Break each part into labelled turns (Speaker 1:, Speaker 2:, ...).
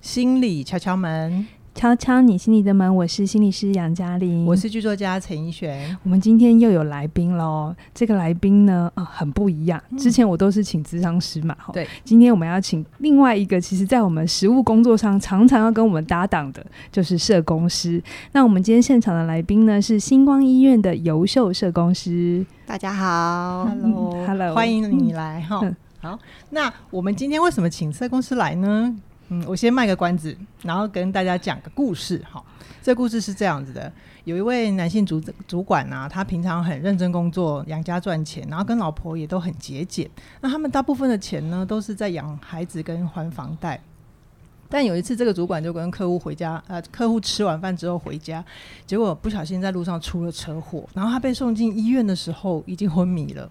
Speaker 1: 心理敲敲门，
Speaker 2: 敲敲你心里的门，我是心理师杨嘉
Speaker 3: 嗯
Speaker 2: 玲，
Speaker 1: 我是剧作家陈怡璇。
Speaker 2: 我们今天又有来宾喽，这个来宾呢，啊、很不一样。之前我都是请咨商师嘛，哈、
Speaker 1: 嗯对。
Speaker 2: 今天我们要请另外一个，其实，在我们实务工作上常常要跟我们搭档的，就是社工师。那我们今天现场的来宾呢，是星光医院的游秀社工师。
Speaker 3: 大家好
Speaker 1: Hello，
Speaker 2: Hello
Speaker 1: 哦欢迎你来哈
Speaker 2: 哦嗯。
Speaker 1: 好，那我们今天为什么请社公司来呢？嗯，我先卖个关子，然后跟大家讲个故事哈。这故事是这样子的：有一位男性主主管啊，他平常很认真工作，养家赚钱，然后跟老婆也都很节俭。那他们大部分的钱呢，都是在养孩子跟还房贷。但有一次，这个主管就跟客户回家，呃，客户吃完饭之后回家，结果不小心在路上出了车祸，然后他被送进医院的时候已经昏迷了。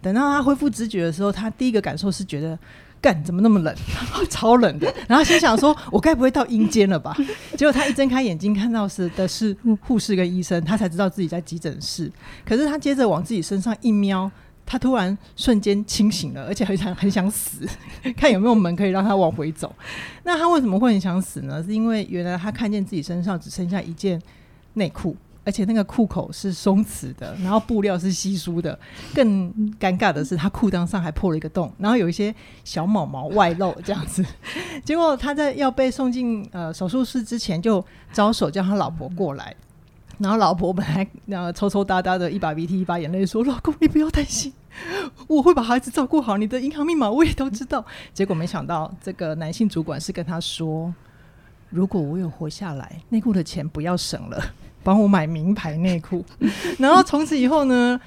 Speaker 1: 等到他恢复知觉的时候，他第一个感受是觉得。干怎么那么冷， 超冷的。然后心想说：“我该不会到阴间了吧？”结果他一睁开眼睛，看到是的是护士跟医生，他才知道自己在急诊室。可是他接着往自己身上一瞄，他突然瞬间清醒了，而且很想很想死， 看有没有门可以让他往回走。那他为什么会很想死呢？是因为原来他看见自己身上只剩下一件内裤，而且那个裤口是松弛的，然后布料是稀疏的。更尴尬的是，他裤裆上还破了一个洞，然后有一些小毛毛外露这样子。结果他在要被送进呃手术室之前，就招手叫他老婆过来。然后老婆本来呃抽抽搭搭的，一把鼻涕一把眼泪，说：“老公，你不要担心，我会把孩子照顾好，你的银行密码我也都知道。”结果没想到，这个男性主管是跟他说：“如果我有活下来，内裤的钱不要省了，帮我买名牌内裤。”然后从此以后呢，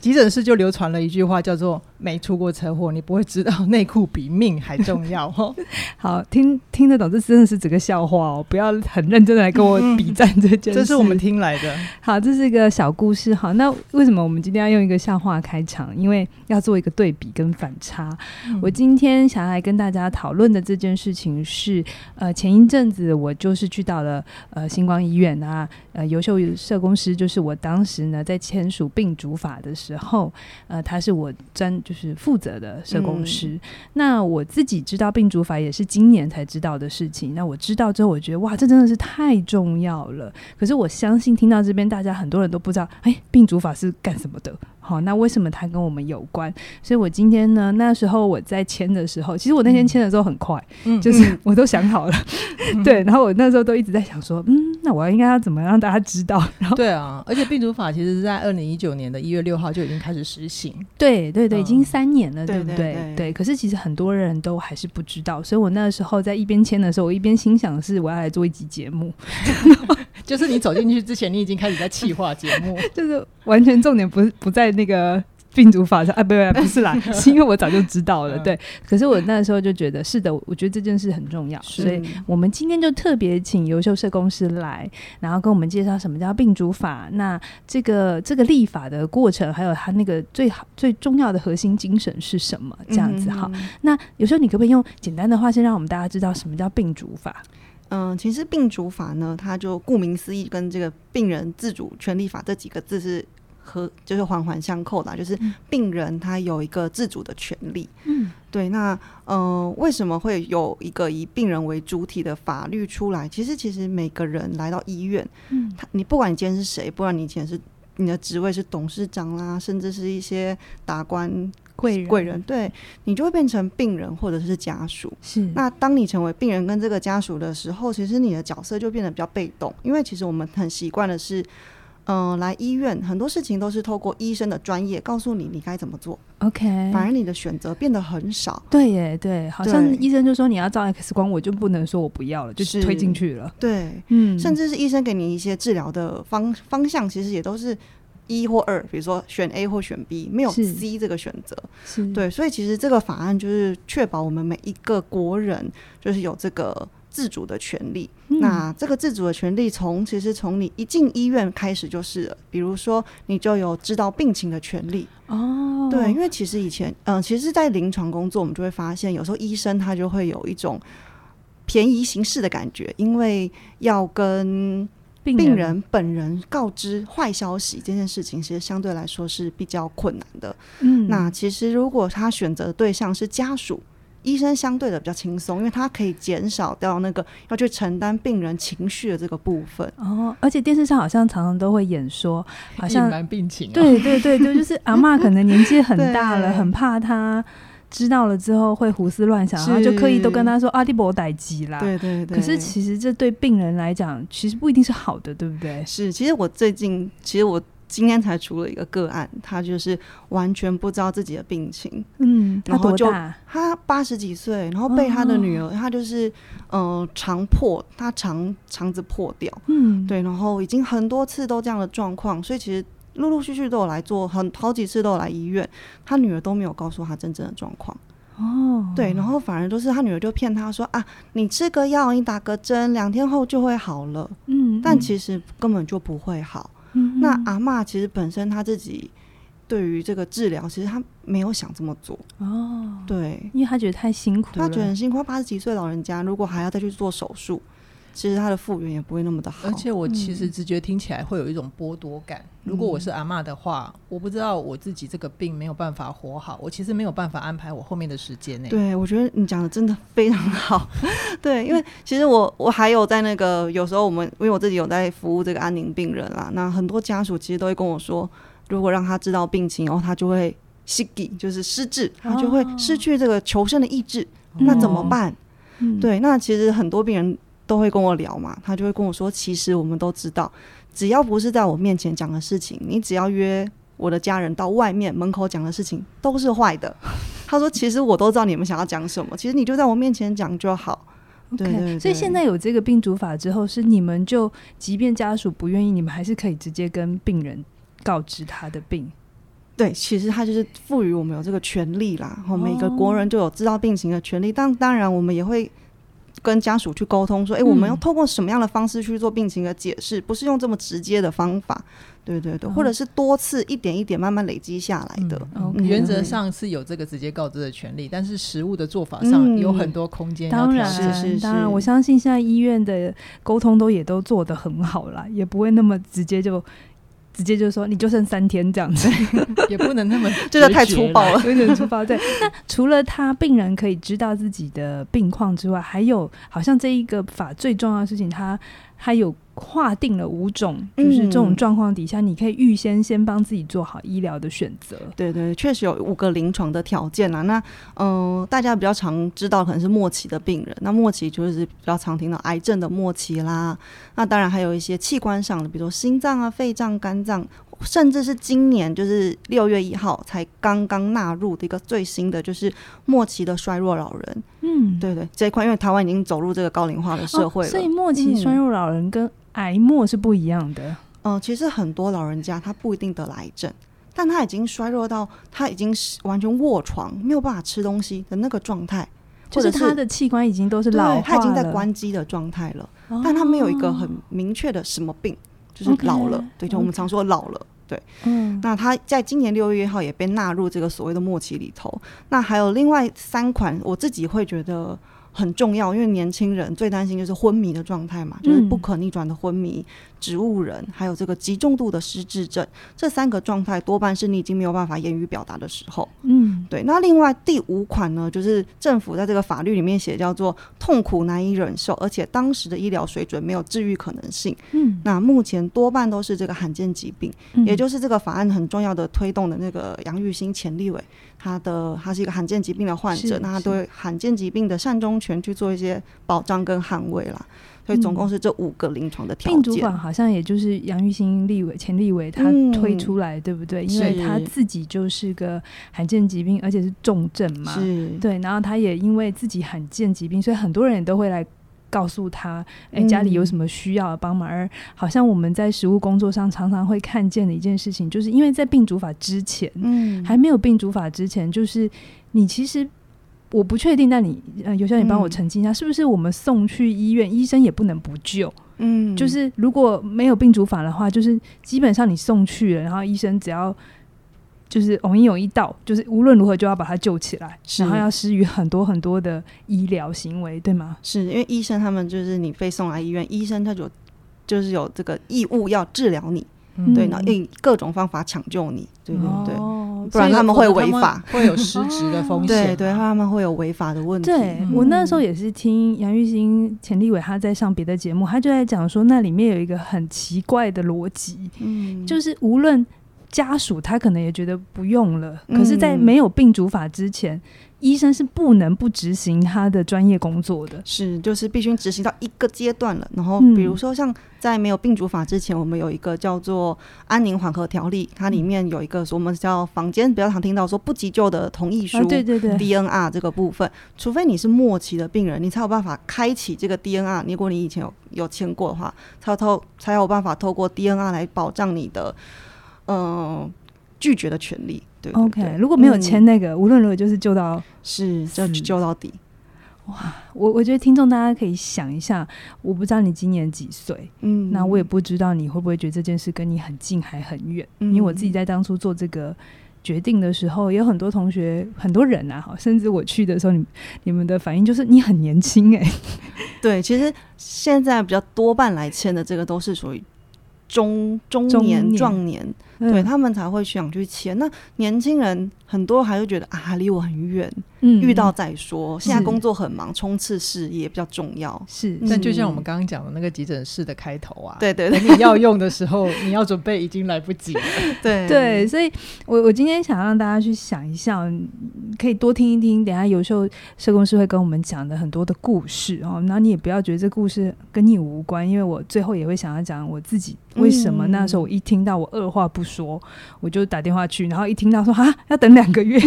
Speaker 1: 急诊室就流传了一句话，叫做“没出过车祸，你不会知道内裤比命还重要”哦。
Speaker 2: 好，听听得懂，这真的是整个笑话哦，不要很认真的来跟我比战这件事。
Speaker 1: 嗯这是我们听来的，
Speaker 2: 好，这是一个小故事。好，那为什么我们今天要用一个笑话开场？因为要做一个对比跟反差。我今天想要来跟大家讨论的这件事情是，呃，前一阵子我就是去到了呃星光医院啊，呃，优秀社工师就是我当时呢在签署病主法的时候，呃，他是我专就是负责的社工师。那我自己知道病主法也是今年才知道的事情。那我知道之后，我觉得哇，这真的是太重要了。可是我相信听到这边，大家很多人都不知道，哎，病主法是干什么的？好，那为什么它跟我们有关？所以我今天呢，那时候我在签的时候，其实我那天签的时候很快，
Speaker 1: 嗯
Speaker 2: 就是我都想好了，对。然后我那时候都一直在想说，嗯，那我应该要怎么样让大家知道？ 然后
Speaker 1: 对啊，而且病毒法其实是在二零一九年的一月六号就已经开始实行。
Speaker 2: 对对对，已经
Speaker 1: 嗯
Speaker 2: 三年了，
Speaker 3: 对
Speaker 2: 不
Speaker 3: 对
Speaker 2: 对
Speaker 3: 对
Speaker 2: 可是其实很多人都还是不知道，所以我那时候在一边签的时候，我一边心想的是我要来做一集节目，
Speaker 1: 就是你走进去之前，你已经开始在企划节目。
Speaker 2: 就是完全重点不是不在那个。病毒法上 啊，不不不是啦，是因为我早就知道了，
Speaker 1: 嗯
Speaker 2: 对。可是我那时候就觉得，是的，我我觉得这件事很重要，
Speaker 1: 是
Speaker 2: 所以
Speaker 3: 嗯
Speaker 2: 我们今天就特别请优秀社工师来，然后跟我们介绍什么叫病主法，那这个这个立法的过程，还有它那个最好最重要的核心精神是什么，这样
Speaker 3: 嗯
Speaker 1: 嗯
Speaker 2: 子哈。，那有时候你可不可以用简单的话，先让我们大家知道什么叫病主法？
Speaker 3: 嗯、其实病主法呢，它就顾名思义，跟这个病人自主权利法这几个字是和就是环环相扣的啊，就是
Speaker 1: 嗯
Speaker 3: 病人他有一个自主的权利。
Speaker 2: 嗯，
Speaker 3: 对，那呃，为什么会有一个以病人为主体的法律出来？其实，其实每个人来到医院，
Speaker 2: 嗯
Speaker 3: 他你不管你今天是谁，不管你以前是你的职位是董事长啦，甚至是一些达官
Speaker 2: 贵人
Speaker 3: 贵人，对你就会变成病人或者是家属。
Speaker 2: 是
Speaker 3: 那当你成为病人跟这个家属的时候，其实你的角色就变得比较被动，因为其实我们很习惯的是，嗯、来医院很多事情都是透过医生的专业告诉你你该怎么做，
Speaker 2: OK，
Speaker 3: 反而你的选择变得很少。
Speaker 2: 对耶，对，好
Speaker 3: 对
Speaker 2: 像医生就说你要照 X 光，我就不能说我不要了，就是推进去了。
Speaker 3: 对，
Speaker 2: 嗯
Speaker 3: 甚至是医生给你一些治疗的方方向，其实也都是一或二，比如说选 A 或选 B，没有
Speaker 2: 是嗯
Speaker 3: C 这个选择。
Speaker 2: 是，
Speaker 3: 对，所以其实这个法案就是确保我们每一个国人就是有这个自主的权利。
Speaker 2: 嗯
Speaker 3: 那这个自主的权利从其实从你一进医院开始就是了，比如说你就有知道病情的权利。
Speaker 2: 哦，
Speaker 3: 对，因为其实以前，嗯、其实，在临床工作，我们就会发现，有时候医生他就会有一种便宜行事的感觉，因为要跟
Speaker 2: 病
Speaker 3: 病人本人告知坏消息这件事情，其实相对来说是比较困难的。
Speaker 2: 嗯
Speaker 3: 那其实如果他选择的对象是家属，医生相对的比较轻松，因为他可以减少掉那个要去承担病人情绪的这个部分。
Speaker 2: 哦，而且电视上好像常常都会演说，好
Speaker 1: 隐
Speaker 2: 像
Speaker 1: 瞒病情、啊，
Speaker 2: 对对对对，就是阿嬷可能年纪很大了，
Speaker 3: 对
Speaker 2: 很怕她知道了之后会胡思乱想，
Speaker 3: 是
Speaker 2: 然后就刻意都跟她说啊阿弟伯逮鸡啦。
Speaker 3: 对对对。
Speaker 2: 啊可是其实这对病人来讲，其实不一定是好的，对不对？
Speaker 3: 是，其实我最近，其实我今天才出了一个个案，他就是完全不知道自己的病情。
Speaker 2: 嗯，他
Speaker 3: 然后
Speaker 2: 多
Speaker 3: 就
Speaker 2: 大？
Speaker 3: 他八十几岁，然后被他
Speaker 2: 哦
Speaker 3: 的女儿，他就是呃肠破，他肠肠子破掉，
Speaker 2: 嗯，
Speaker 3: 对，然后已经很多次都这样的状况，所以其实陆陆续续都有来做，很好几次都有来医院，他女儿都没有告诉他真正的状况。
Speaker 2: 哦，
Speaker 3: 对，然后反而都是他女儿就骗他说啊，你吃个药，你打个针，两天后就会好了，
Speaker 2: 嗯，嗯，
Speaker 3: 但其实根本就不会好。
Speaker 2: 嗯
Speaker 3: 那啊
Speaker 2: 嗯
Speaker 3: 阿嬷其实本身她自己对于这个治疗，其实她没有想这么做，
Speaker 2: 哦，
Speaker 3: 对，
Speaker 2: 因为他觉得太辛苦
Speaker 3: 她
Speaker 2: 了，
Speaker 3: 觉得很辛苦。八十几岁老人家，如果还要再去做手术，其实她的复原也不会那么的好
Speaker 1: 而。且我其实直觉听起来会有一种剥夺感。如果我是阿嬷的话，我不知道我自己这个病没有办法活好，我其实没有办法安排我后面的时间呢、
Speaker 3: 对，我觉得你讲的真的非常好。 对，因为其实我我还有在那个有时候我们，因为我自己有在服务这个安宁病人啦，那很多家属其实都会跟我说，如果让他知道病情，然后他就会失忆，就是失智，他就会失去这个求生的意志，那怎
Speaker 1: 哦
Speaker 3: 么办？
Speaker 2: 嗯，
Speaker 3: 对，那其实很多病人都会跟我聊嘛，他就会跟我说，其实我们都知道，只要不是在我面前讲的事情，你只要约我的家人到外面门口讲的事情都是坏的。 他说，其实我都知道你们想要讲什么，其实你就在我面前讲就好。对
Speaker 2: OK，
Speaker 3: 对对
Speaker 2: 所以现在有这个病主法之后，是你们就即便家属不愿意，你们还是可以直接跟病人告知他的病。
Speaker 3: 对，其实他就是赋予我们有这个权利啦，然后每个国人就有知道病情的权利。但当然，我们也会跟家属去沟通，说，哎、我们要
Speaker 2: 嗯
Speaker 3: 透过什么样的方式去做病情的解释，不是用这么直接的方法。对对对，或者是多次一点一点慢慢累积下来的。
Speaker 1: 嗯
Speaker 2: OK
Speaker 1: 原则上是有这个直接告知的权利，但是实务的做法上
Speaker 3: 嗯
Speaker 1: 有很多空间要
Speaker 2: 当
Speaker 1: 调
Speaker 2: 然，
Speaker 1: 整。
Speaker 3: 是是
Speaker 2: 当然，
Speaker 3: 是
Speaker 2: 我相信现在医院的沟通都也都做得很好啦，也不会那么直接就直接就说你就剩三天这样子，
Speaker 1: 也不能那 么
Speaker 3: 这个太
Speaker 1: 决绝
Speaker 3: 粗暴
Speaker 1: 啦
Speaker 3: 了。
Speaker 2: 有点粗暴。 对，那除了他病人可以知道自己的病况之外，还有好像这一个法最重要的事情，它它有划定了五种，就是这种
Speaker 3: 嗯
Speaker 2: 状况底下，你可以预先先帮自己做好医疗的选择。
Speaker 3: 对对，确实有五个临床的条件啦。那嗯、呃大家比较常知道可能是末期的病人，那末期就是比较常听到癌症的末期啦。那当然还有一些器官上的，比如说心脏啊、肺脏、肝脏，甚至是今年就是六月一号才刚刚纳入的一个最新的，就是末期的衰弱老人。
Speaker 2: 嗯，
Speaker 3: 对对，这一块因为台湾已经走入这个高龄化的社会
Speaker 2: 哦
Speaker 3: 了，
Speaker 2: 所以末期衰弱老人跟癌末是不一样的。
Speaker 3: 嗯、其实很多老人家他不一定得了癌症，但他已经衰弱到他已经是完全卧床，没有办法吃东西的那个状态，
Speaker 2: 就
Speaker 3: 或者
Speaker 2: 是他的器官已经都是
Speaker 3: 对
Speaker 2: 老化了，
Speaker 3: 他已经在关机的状态了，
Speaker 2: 哦，
Speaker 3: 但他没有一个很明确的什么病，就是老了
Speaker 2: OK，
Speaker 3: 对，就我们常说老了。
Speaker 2: 嗯
Speaker 3: 那他在今年六月一号也被纳入这个所谓的末期里头。那还有另外三款，我自己会觉得很重要，因为年轻人最担心就是昏迷的状态嘛，就是不可逆转的昏迷、植物人，还有这个极重度的失智症，这三个状态多半是你已经没有办法言语表达的时候。
Speaker 2: 嗯
Speaker 3: 对，那另外第五款呢，就是政府在这个法律里面写叫做痛苦难以忍受，而且当时的医疗水准没有治愈可能性。
Speaker 2: 嗯，
Speaker 3: 那目前多半都是这个罕见疾病。
Speaker 2: 嗯
Speaker 3: 也就是这个法案很重要的推动的那个杨玉兴前立委，他的他是一个罕见疾病的患
Speaker 2: 是
Speaker 3: 者，那他
Speaker 2: 是
Speaker 3: 对罕见疾病的善终权去做一些保障跟捍卫啦。所以总共是这五个临床的条
Speaker 2: 嗯病毒
Speaker 3: 件。
Speaker 2: 法好像也就是杨玉兴立委前立委他
Speaker 3: 嗯
Speaker 2: 推出来，对不对？因为他自己就是个罕见疾病，而且是重症嘛。
Speaker 3: 是，
Speaker 2: 对，然后他也因为自己罕见疾病，所以很多人也都会来告诉他，哎，
Speaker 3: 嗯
Speaker 2: 家里有什么需要帮忙。而好像我们在实务工作上常常会看见的一件事情，就是因为在病主法之前，
Speaker 3: 嗯，
Speaker 2: 还没有病主法之前，就是你其实。我不确定，但你呃，尤效，你帮我
Speaker 3: 嗯
Speaker 2: 澄清一下，是不是我们送去医院，医生也不能不救？
Speaker 3: 嗯，
Speaker 2: 就是如果没有病主法的话，就是基本上你送去了，然后医生只要就是偶一有一到，就是无论如何就要把他救起来，
Speaker 3: 是
Speaker 2: 然后要施予很多很多的医疗行为，对吗？
Speaker 3: 是因为医生他们就是你被送来医院，医生他就就是有这个义务要治疗你，
Speaker 1: 嗯
Speaker 3: 嗯对，然后用各种方法抢救你，对对对。
Speaker 2: 哦哦，
Speaker 3: 不然
Speaker 1: 所以
Speaker 3: 他们会违
Speaker 1: 他们
Speaker 3: 法，
Speaker 1: 会有失职的风险嘛。
Speaker 3: 对对，他们会有违法的问题。
Speaker 2: 啊对、
Speaker 1: 嗯
Speaker 2: 我那时候也是听杨玉兴、钱立伟他在上别的节目，他就在讲说，那里面有一个很奇怪的逻辑，
Speaker 3: 嗯，
Speaker 2: 就是无论家属他可能也觉得不用了，可是，在
Speaker 3: 嗯
Speaker 2: 没有病主法之前，医生是不能不执行他的专业工作的。
Speaker 3: 是，就是必须执行到一个阶段了。然后
Speaker 2: 嗯，
Speaker 3: 比如说像在没有病主法之前，我们有一个叫做《安宁缓和条例》，它里面有一个我们叫房间比较常听到说不急救的同意书。
Speaker 2: 啊，对对对，
Speaker 3: DNR 这个部分，除非你是末期的病人，你才有办法开启这个 DNR。如果你以前有有签过的话，才有透才有办法透过 DNR 来保障你的嗯、呃拒绝的权利。对对
Speaker 2: OK，
Speaker 3: 对
Speaker 2: 如果没有
Speaker 3: 嗯
Speaker 2: 签那个，无论如何就是救到
Speaker 3: 是就
Speaker 2: 死
Speaker 3: 救到底。
Speaker 2: 我。我觉得听众大家可以想一下，我不知道你今年几岁，
Speaker 3: 嗯
Speaker 2: 那我也不知道你会不会觉得这件事跟你很近还很远，因为我
Speaker 3: 嗯
Speaker 2: 自己在当初做这个。决定的时候，也有很多同学、很多人啊，好，甚至我去的时候，你你们的反应就是你很年轻哎、
Speaker 3: 对，其实现在比较多半来签的这个都是属于中中
Speaker 2: 中
Speaker 3: 年、
Speaker 2: 年
Speaker 3: 壮年，
Speaker 2: 嗯
Speaker 3: 对他们才会想去签。那年轻人很多还会觉得啊，离我很远，
Speaker 2: 嗯
Speaker 3: 遇到再说。现在
Speaker 2: 是
Speaker 3: 工作很忙，冲刺事业比较重要。
Speaker 2: 是
Speaker 1: 但就像我们刚刚讲的那个急诊室的开头啊，
Speaker 3: 嗯对对对
Speaker 1: 等你要用的时候， 你要准备已经来不及了。
Speaker 3: 对
Speaker 2: 对，所以我我今天想让大家去想一想，嗯可以多听一听。等一下有时候社工师会跟我们讲的很多的故事哦，然后你也不要觉得这故事跟你无关，因为我最后也会想要讲我自己为什么
Speaker 3: 嗯
Speaker 2: 那时候我一听到我二话不说，我就打电话去，然后一听到说啊要等两个月，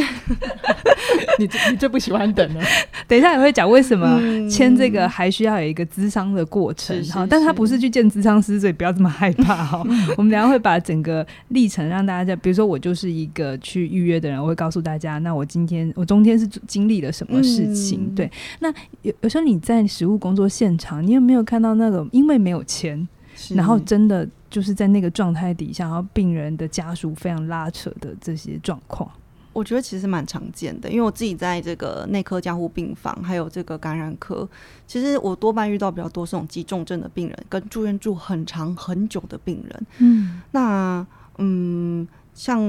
Speaker 1: 你最你最不喜欢等了，
Speaker 2: 等一下也会讲为什么。
Speaker 3: 嗯
Speaker 2: 签这个还需要有一个咨商的过程
Speaker 3: 是是
Speaker 2: 哈，但他
Speaker 3: 是
Speaker 2: 不是去见咨商师，所以不要这么害怕 哈。我们等一下会把整个历程让大家在，比如说我就是一个去预约的人，我会告诉大家，那我今天我中间是经历了什么事情。
Speaker 3: 嗯
Speaker 2: 对，那有有时候你在实务工作现场，你有没有看到那个因为没有钱，
Speaker 3: 是
Speaker 2: 然后真的就是在那个状态底下，然后病人的家属非常拉扯的这些状况？
Speaker 3: 我觉得其实蛮常见的，因为我自己在这个内科加护病房，还有这个感染科，其实我多半遇到比较多是这种急重症的病人，跟住院住很长很久的病人。
Speaker 2: 嗯
Speaker 3: 那嗯，像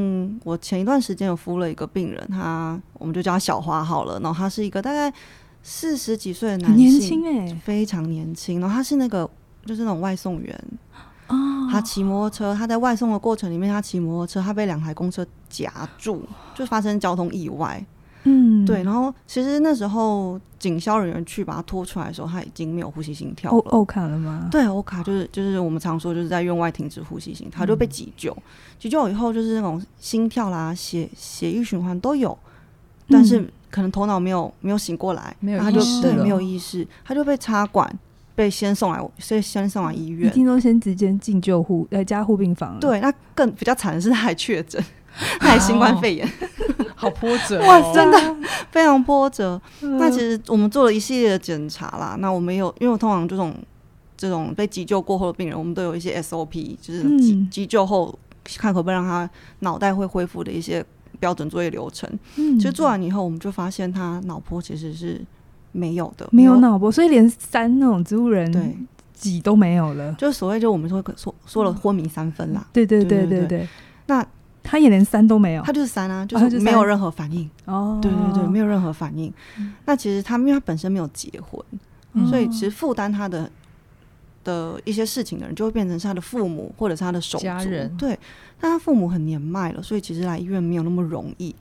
Speaker 3: 我前一段时间有服务了一个病人，他我们就叫他小花好了，然后他是一个大概四十几岁的男
Speaker 2: 很
Speaker 3: 性，
Speaker 2: 年轻哎、
Speaker 3: 非常年轻，然后他是那个。就是那种外送员，
Speaker 2: 哦，
Speaker 3: 他骑摩托车，他在外送的过程里面，他骑摩托车，他被两台公车夹住，就发生交通意外。
Speaker 2: 嗯
Speaker 3: 对，然后其实那时候警消人员去把他拖出来的时候，他已经没有呼吸心跳
Speaker 2: 欧
Speaker 3: 了。
Speaker 2: 欧卡了吗？
Speaker 1: 嗯
Speaker 3: 对，欧卡就是就是我们常说就是在院外停止呼吸型，他就
Speaker 1: 嗯
Speaker 3: 被急救，急救以后就是那种心跳啦、血血液循环都有，但是可能头脑没有没有醒过来，
Speaker 1: 嗯没有
Speaker 3: 然后
Speaker 1: 意
Speaker 3: 他
Speaker 1: 识
Speaker 3: 就对
Speaker 1: 了
Speaker 3: 没有意识，他就被插管，被先送来，所以先送来医
Speaker 2: 一
Speaker 3: 院。
Speaker 2: 听都先直接进救护呃加护病房了。
Speaker 3: 对，那更比较惨的是他还确
Speaker 1: 哦
Speaker 3: 诊，他还新冠肺炎，
Speaker 1: 好波折、哦。
Speaker 3: 哇，真的非常波折。
Speaker 2: 嗯，
Speaker 3: 那其实我们做了一系列的检查啦，那我们有，因为我通常这种这种被急救过后的病人，我们都有一些 SOP，就是
Speaker 2: 嗯
Speaker 3: 急、急救后看可不可以让他脑袋会恢复的一些标准作业流程。
Speaker 2: 嗯
Speaker 3: 其实做完以后，我们就发现他脑波其实是没有的，
Speaker 2: 没有脑波，所以连三那嗯种植物人
Speaker 3: 对，
Speaker 2: 几都没有了。
Speaker 3: 就是所谓就我们说说说了昏迷三分啦，
Speaker 2: 对对
Speaker 3: 对对
Speaker 2: 对
Speaker 3: 对
Speaker 2: 对，
Speaker 3: 那
Speaker 2: 他也连三都没有
Speaker 3: 他。就是三啊，就
Speaker 2: 嗯哦他就是三
Speaker 3: 没有任何反应。
Speaker 2: 哦，嗯
Speaker 3: 对对对，没
Speaker 2: 有，
Speaker 3: 有任何反应。那其实他因为他本身没有结婚，
Speaker 2: 嗯
Speaker 1: 嗯
Speaker 3: 所以其实负担他的的一些事情的人，就会变成是他的父母或者是他的手足
Speaker 1: 家人
Speaker 3: 对，那他父母很年迈了，所以其实来医院没有那么容易。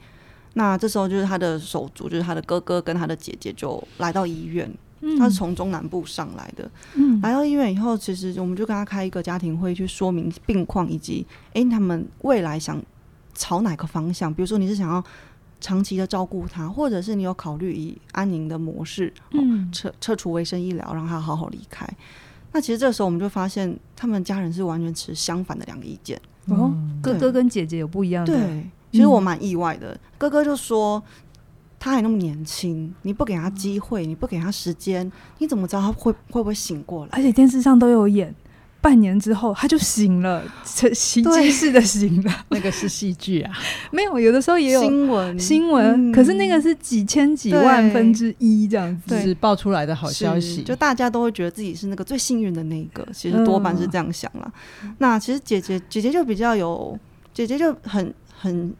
Speaker 3: 那这时候就是他的手足，就是他的哥哥跟他的姐姐就来到医院，
Speaker 1: 嗯
Speaker 3: 他是从中南部上来的。
Speaker 2: 嗯
Speaker 3: 来到医院以后，其实我们就跟他开一个家庭会，去说明病况以及诶他们未来想朝哪个方向。比如说你是想要长期的照顾他，或者是你有考虑以安宁的模式，哦、
Speaker 2: 嗯
Speaker 3: 撤撤除卫生医疗，让他好好离开。那其实这时候我们就发现，他们家人是完全持相反的两个意见。
Speaker 1: 嗯
Speaker 2: 哦，哥
Speaker 3: 对
Speaker 2: 哥跟姐姐有不一样的，
Speaker 3: 对，其实
Speaker 2: 嗯
Speaker 3: 我蛮意外的。哥哥就说，他还那么年轻，你不给他机会，你不给他时间，你怎么知道他会会不会醒过来？
Speaker 2: 而且电视上都有演。半年之后他就醒了，成奇迹
Speaker 3: 对
Speaker 2: 似的醒了。
Speaker 1: 那个是戏剧 啊，
Speaker 2: 没有，有的时候也有
Speaker 3: 新闻
Speaker 2: 新闻，
Speaker 3: 嗯
Speaker 2: 可是那个是几千几万分之一这样子。
Speaker 1: 就
Speaker 3: 对
Speaker 1: 是爆出来的好消息。
Speaker 3: 是就大家都会觉得自己是那个最幸运的那一个，其实多半
Speaker 2: 嗯
Speaker 3: 是这样想啦。那其实姐姐姐姐就比较有，姐姐就很很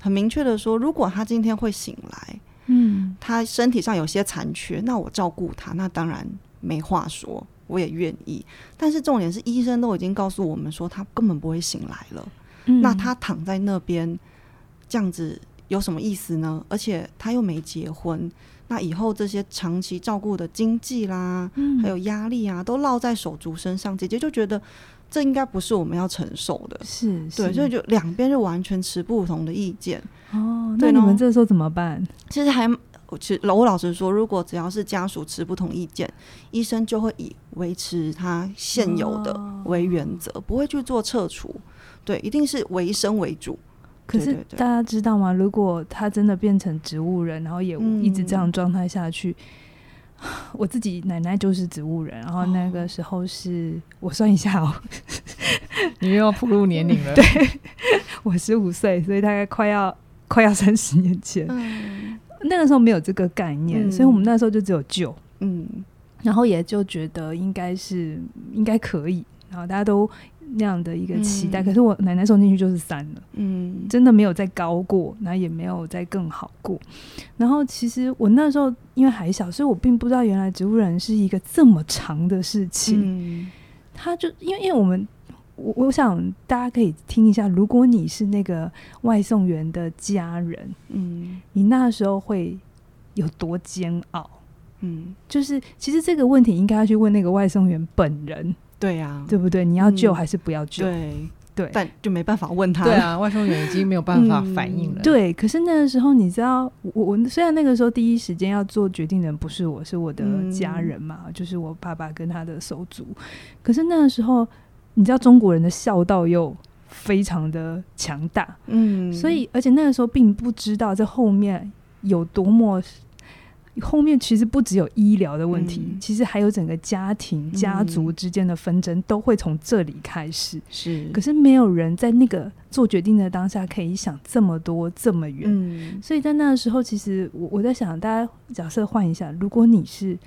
Speaker 3: 很明确的说，如果他今天会醒来，
Speaker 2: 嗯
Speaker 3: 他身体上有些残缺，那我照顾他，那当然没话说，我也愿意。但是重点是，医生都已经告诉我们说他根本不会醒来了，
Speaker 2: 嗯
Speaker 3: 那他躺在那边这样子有什么意思呢？而且他又没结婚，那以后这些长期照顾的经济啦，
Speaker 2: 嗯
Speaker 3: 还有压力啊，都落在手足身上，姐姐就觉得这应该不是我们要承受的。
Speaker 2: 是是
Speaker 3: 对，所以就两边就完全持不同的意见。
Speaker 2: 哦，那
Speaker 3: 对
Speaker 2: 你
Speaker 3: 咯
Speaker 2: 们这时候怎么办？
Speaker 3: 其实还，我其实我老实说，如果只要是家属持不同意见，医生就会以维持他现有的
Speaker 2: 哦
Speaker 3: 为原则，不会去做撤除。对，一定是为生为主。
Speaker 2: 可
Speaker 3: 对
Speaker 2: 是
Speaker 3: 对对
Speaker 2: 大家知道吗？如果他真的变成植物人，然后也
Speaker 3: 嗯
Speaker 2: 一直这样状态下去， 我自己奶奶就是植物人，然后那
Speaker 3: 哦
Speaker 2: 个时候是、我算一下哦，
Speaker 1: 你又要步入年龄了。对，
Speaker 2: 我十五岁，所以大概快要快要三十年前，
Speaker 3: 嗯
Speaker 2: 那个时候没有这个概念，
Speaker 3: 嗯
Speaker 2: 所以我们那时候就只有救，
Speaker 3: 嗯
Speaker 2: 然后也就觉得应该是应该可以，然后大家都那样的一个期待。
Speaker 3: 嗯
Speaker 2: 可是我奶奶送进去就是三了。
Speaker 3: 嗯
Speaker 2: 真的没有再高过，然后也没有再更好过。然后其实我那时候因为还小，所以我并不知道原来植物人是一个这么长的事情。
Speaker 3: 嗯
Speaker 2: 他就因为因为我们。我我想大家可以听一下，如果你是那个外送员的家人，
Speaker 3: 嗯
Speaker 2: 你那时候会有多煎熬？
Speaker 3: 嗯，
Speaker 2: 就是其实这个问题应该要去问那个外送员本人，
Speaker 3: 对呀、
Speaker 2: 对啊不对？你要救
Speaker 3: 嗯
Speaker 2: 还是不要救？
Speaker 3: 对，
Speaker 2: 对
Speaker 3: 但就没办法问他。
Speaker 1: 对，啊，外送员已经没有办法反应了。，
Speaker 2: 对，可是那个时候你知道，我我虽然那个时候第一时间要做决定的人不是我，是我的
Speaker 3: 嗯
Speaker 2: 家人嘛，就是我爸爸跟他的手足。可是那个时候，你知道中国人的孝道又非常的强大，
Speaker 3: 嗯，
Speaker 2: 所以而且那个时候并不知道这后面有多么。后面其实不只有医疗的问题，
Speaker 3: 嗯
Speaker 2: 其实还有整个家庭、家族
Speaker 3: 嗯
Speaker 2: 之间的纷争都会从这里开始。
Speaker 3: 是
Speaker 2: 可是没有人在那个做决定的当下可以想这么多这么远，
Speaker 3: 嗯
Speaker 2: 所以在那个时候，其实我我在想，大家假设换一下，如果你是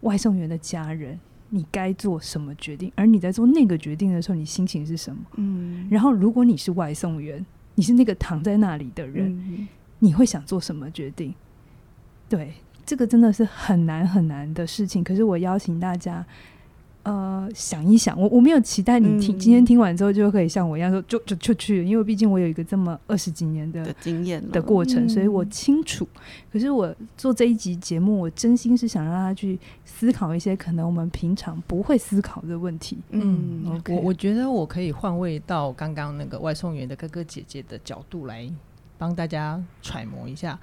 Speaker 2: 外送员的家人，你该做什么决定？而你在做那个决定的时候，你心情是什么？
Speaker 3: 嗯，
Speaker 2: 然后，如果你是外送员，你是那个躺在那里的人，
Speaker 3: 嗯
Speaker 2: 你会想做什么决定？对，这个真的是很难很难的事情。可是我邀请大家，呃，想一想，我我没有期待你听、
Speaker 3: 嗯
Speaker 2: 今天听完之后就可以像我一样说就就就去了，因为毕竟我有一个这么二十几年
Speaker 3: 的嗯
Speaker 2: 的
Speaker 3: 经验了
Speaker 2: 的过程，所以我清楚。可是我做这一集节目，我真心是想让他去思考一些可能我们平常不会思考的问题。
Speaker 1: 嗯，
Speaker 3: 嗯
Speaker 2: OK
Speaker 1: 我我觉得我可以换位到刚刚那个外送员的哥哥姐姐的角度来帮大家揣摩一下。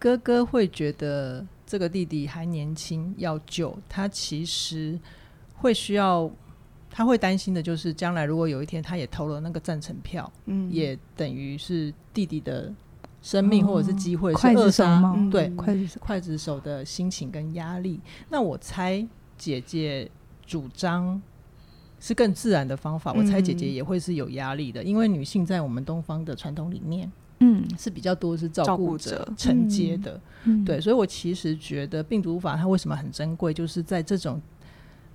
Speaker 1: 哥哥会觉得这个弟弟还年轻要救，他其实会需要，他会担心的就是将来如果有一天他也投了那个赞成票，
Speaker 3: 嗯
Speaker 1: 也等于是弟弟的生命或者是机会是
Speaker 2: 筷
Speaker 1: 扼
Speaker 2: 子手
Speaker 1: 杀。
Speaker 2: 吗？
Speaker 3: 嗯
Speaker 1: 对
Speaker 2: 筷子手，
Speaker 1: 刽子手的心情跟压力。那我猜姐姐主张是更自然的方法，我猜姐姐
Speaker 3: 嗯
Speaker 1: 也会是有压力的，因为女性在我们东方的传统里面
Speaker 2: 嗯
Speaker 1: 是比较多是照
Speaker 3: 照
Speaker 1: 顾
Speaker 3: 顾
Speaker 1: 者
Speaker 3: 者
Speaker 1: 承接的。
Speaker 2: 嗯，
Speaker 1: 对，所以我其实觉得病毒法它为什么很珍贵，就是在这种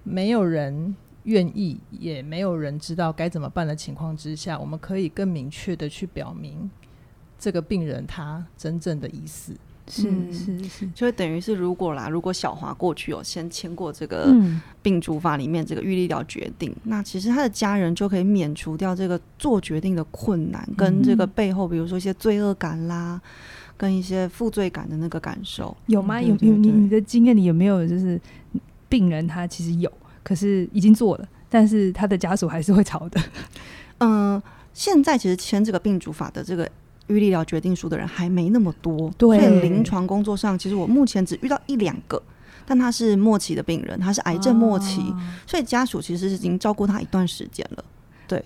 Speaker 1: 没有人愿意，也没有人知道该怎么办的情况之下，我们可以更明确的去表明这个病人他真正的意思。
Speaker 2: 是
Speaker 3: 嗯
Speaker 2: 是是，
Speaker 3: 就会等于是如果啦，如果小华过去有先签过这个
Speaker 2: 嗯
Speaker 3: 病主法里面这个预立疗决定，那其实他的家人就可以免除掉这个做决定的困难，跟这
Speaker 2: 嗯
Speaker 3: 个背后比如说一些罪恶感啦，跟一些负罪感的那个感受。
Speaker 2: 有吗？
Speaker 1: 嗯
Speaker 2: 有
Speaker 1: 对
Speaker 2: 有
Speaker 1: 对
Speaker 2: 你
Speaker 1: 对
Speaker 2: 你的经验里有没有就是病人他其实有，可是已经做了，但是他的家属还是会吵的。
Speaker 3: 嗯、现在其实签这个病主法的这个。预立疗决定书的人还没那么多，
Speaker 2: 对
Speaker 3: 所以临床工作上，其实我目前只遇到一两个，但他是末期的病人，他是癌症末期，
Speaker 2: 啊
Speaker 3: 所以家属其实是已经照顾他一段时间了。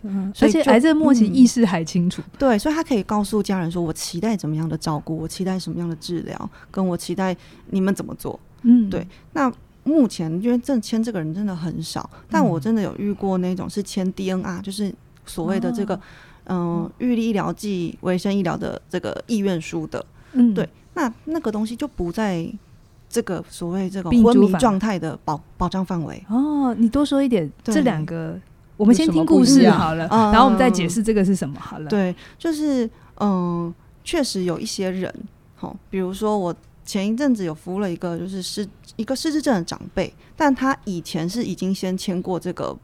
Speaker 2: 嗯，
Speaker 3: 所
Speaker 2: 而
Speaker 3: 以
Speaker 2: 且
Speaker 3: 就
Speaker 2: 癌症末期
Speaker 3: 嗯
Speaker 2: 意识还清楚。
Speaker 3: 对，所以他可以告诉家人说：“我期待怎么样的照顾，我期待什么样的治疗，跟我期待你们怎么做。
Speaker 2: 嗯，
Speaker 3: 对目前因为正签这个人真的很少，但我
Speaker 1: 嗯
Speaker 3: 真的有遇过那种是签 DNR，就是所谓的这个
Speaker 2: 哦
Speaker 3: 嗯预立医疗暨卫生医疗的这个意愿书的。
Speaker 2: 嗯
Speaker 3: 对，那那个东西就不在这个所谓这个
Speaker 2: 病
Speaker 3: 昏
Speaker 2: 主
Speaker 3: 迷
Speaker 2: 法
Speaker 3: 状态的保保障范围。
Speaker 2: 哦，你多说一点，
Speaker 3: 对
Speaker 2: 这两个我们先
Speaker 1: 有什
Speaker 2: 听
Speaker 1: 么
Speaker 2: 故
Speaker 1: 不一
Speaker 2: 事
Speaker 1: 样
Speaker 2: 好了，
Speaker 3: 嗯
Speaker 2: 然后我们再解释这个是什么好了。，
Speaker 3: 对，就是嗯、确实有一些人，好、比如说我前一阵子有服务了一个就是失一个失智症的长辈，但他以前是已经先签过这个，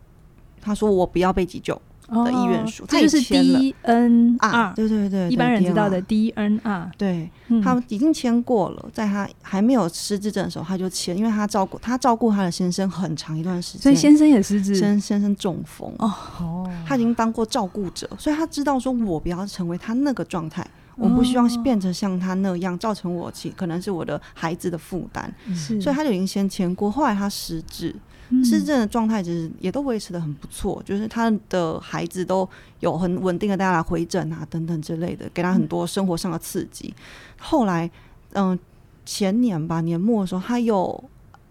Speaker 3: 他说我不要被急救
Speaker 2: 哦
Speaker 3: 的意愿书
Speaker 2: 这就是
Speaker 3: 太浅了
Speaker 2: DNR，、
Speaker 3: 啊，对对对，
Speaker 2: 嗯一般人
Speaker 3: 对
Speaker 2: 知道的
Speaker 3: DNR
Speaker 2: DNR，
Speaker 3: 对，
Speaker 2: 嗯
Speaker 3: 他已经签过了，在他还没有失智症的时候，他就签，因为他照顾他照顾他的先生很长一段时间，
Speaker 2: 所以先生也失智，
Speaker 3: 先先生中风，
Speaker 1: 哦，
Speaker 3: 他已经当过照顾者，所以他知道说我不要成为他那个状态，我不希望变成像他那样，造成我其可能是我的孩子的负担，
Speaker 1: 嗯
Speaker 2: 是
Speaker 3: 所以他就已经先签过。后来他失智，
Speaker 2: 嗯
Speaker 3: 失智的状态其实也都维持的很不错，就是他的孩子都有很稳定的带他来回诊啊等等之类的，给他很多生活上的刺激。后来，嗯、前年吧年末的时候，他又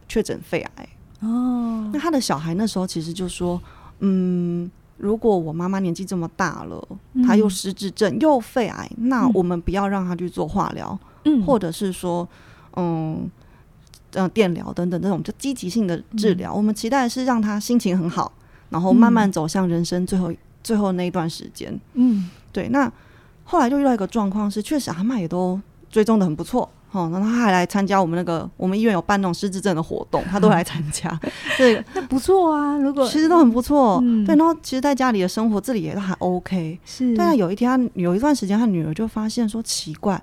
Speaker 3: 确诊肺癌。
Speaker 2: 哦
Speaker 3: 那，他的小孩那时候其实就说，嗯，如果我妈妈年纪这么大了，她又失智症又肺癌，那
Speaker 2: 嗯
Speaker 3: 我们不要让她去做化疗，
Speaker 2: 嗯
Speaker 3: 或者是说，嗯。呃，电疗等等这种就积极性的治
Speaker 2: 嗯
Speaker 3: 疗，我们期待的是让她心情很好，然后慢慢走向人生最后、最后那一段时间。
Speaker 2: 嗯
Speaker 3: 对，那后来就遇到一个状况是，确实阿嬷也都追踪的很不错。哦，然后她还来参加我们那个我们医院有办那种失智症的活动，她都来参 加。对，
Speaker 2: 那不错啊，如果
Speaker 3: 其实都很不错。
Speaker 2: 嗯
Speaker 3: 对，然后其实在家里的生活自理也都还 OK。
Speaker 2: 是
Speaker 3: 但是啊有一天他，有一段时间，他女儿就发现说奇怪，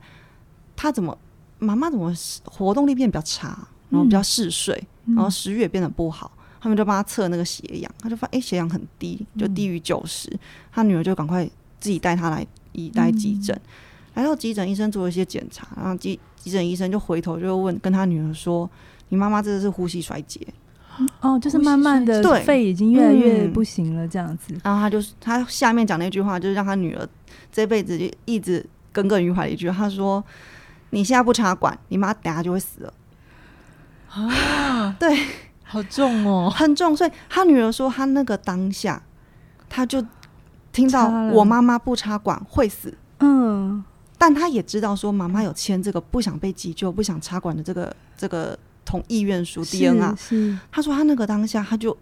Speaker 3: 她怎么妈妈怎么活动力变得比较差，然后比较嗜睡，
Speaker 2: 嗯
Speaker 3: 然后食欲也变得不好。他们就帮她测那个血氧，她就发现哎、血氧很低，
Speaker 2: 嗯
Speaker 3: 就低于九十。她女儿就赶快自己带她来医来急诊。
Speaker 2: 嗯
Speaker 3: 来到急诊，医生做了一些检查，然后急急诊医生就回头就问跟她女儿说：“你妈妈这个是呼吸衰竭。”
Speaker 2: 哦，就是慢慢的
Speaker 3: 对
Speaker 2: 肺已经越来越
Speaker 3: 嗯
Speaker 2: 不行了，这样子，
Speaker 3: 然后他就是他下面讲那句话，就是让他女儿这辈子就一直耿耿于怀的一句话。他说：“你现在不插管，你妈等下就会死了。
Speaker 1: 啊，
Speaker 3: 对，
Speaker 1: 好重”哦，
Speaker 3: 很重，所以他女儿说，他那个当下，他就听到
Speaker 2: 插了
Speaker 3: 我妈妈不插管会死，
Speaker 2: 嗯，
Speaker 3: 但他也知道说妈妈有签这个不想被急救、不想插管的这个这个同意愿书 DNR
Speaker 2: 是。是
Speaker 3: 他说他那个当下，他就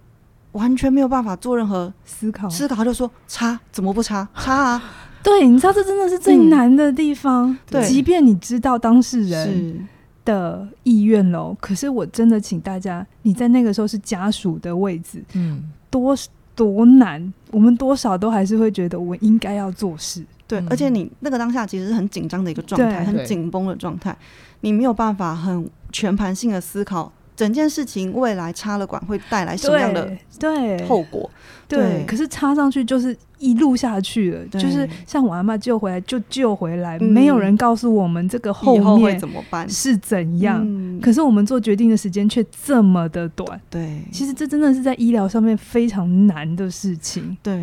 Speaker 3: 完全没有办法做任何
Speaker 2: 思考，
Speaker 3: 思考，他就说插怎么不插插啊？
Speaker 2: 对，你知道这真的是最
Speaker 3: 嗯
Speaker 2: 难的地方。
Speaker 3: 对
Speaker 2: 即便你知道当事人
Speaker 3: 是
Speaker 2: 的意愿喽，可是我真的请大家，你在那个时候是家属的位置，
Speaker 1: 嗯，
Speaker 2: 多多难，我们多少都还是会觉得我应该要做事。
Speaker 3: 对，
Speaker 1: 嗯
Speaker 3: 而且你那个当下其实是很紧张的一个状态，
Speaker 2: 对
Speaker 3: 很
Speaker 1: 对
Speaker 3: 紧绷的状态，你没有办法很全盘性的思考整件事情未来插了管会带来什么样的
Speaker 2: 对对
Speaker 3: 后果。对
Speaker 2: 对，可是插上去就是一路下去了，
Speaker 3: 对
Speaker 2: 就是像我阿妈救回来就救回来，
Speaker 3: 嗯
Speaker 2: 没有人告诉我们这个
Speaker 3: 以后会
Speaker 2: 面
Speaker 3: 怎么办？
Speaker 2: 是怎样。
Speaker 3: 嗯
Speaker 2: 可是我们做决定的时间却这么的短，
Speaker 3: 对，
Speaker 2: 其实这真的是在医疗上面非常难的事情。
Speaker 3: 对，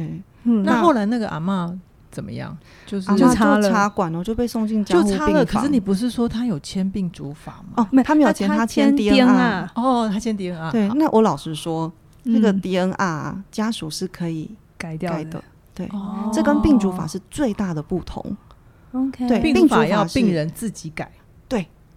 Speaker 2: 嗯，
Speaker 1: 那
Speaker 3: 那
Speaker 1: 后来那个阿嬷怎么样？就是
Speaker 3: 阿
Speaker 2: 就
Speaker 3: 嬷
Speaker 2: 插了
Speaker 3: 就插管了，就被送进加
Speaker 1: 就
Speaker 3: 护
Speaker 1: 差
Speaker 3: 病
Speaker 1: 了，
Speaker 3: 房。
Speaker 1: 可是你不是说他有签病主法吗？
Speaker 3: 哦，他没有签，他签 DNR。
Speaker 1: 哦，他签 DNR，
Speaker 3: 对，
Speaker 1: 好
Speaker 3: 那我老实说，那个
Speaker 2: 嗯
Speaker 3: DNR 啊家属是可以
Speaker 2: 改掉
Speaker 3: 改
Speaker 2: 的
Speaker 3: 的。对，
Speaker 1: 哦，
Speaker 3: 这跟病主法是最大的不同，
Speaker 2: ，OK，
Speaker 3: 对
Speaker 1: 病
Speaker 3: 病主
Speaker 1: 法
Speaker 3: 法
Speaker 1: 要
Speaker 3: 是
Speaker 1: 病人自己改。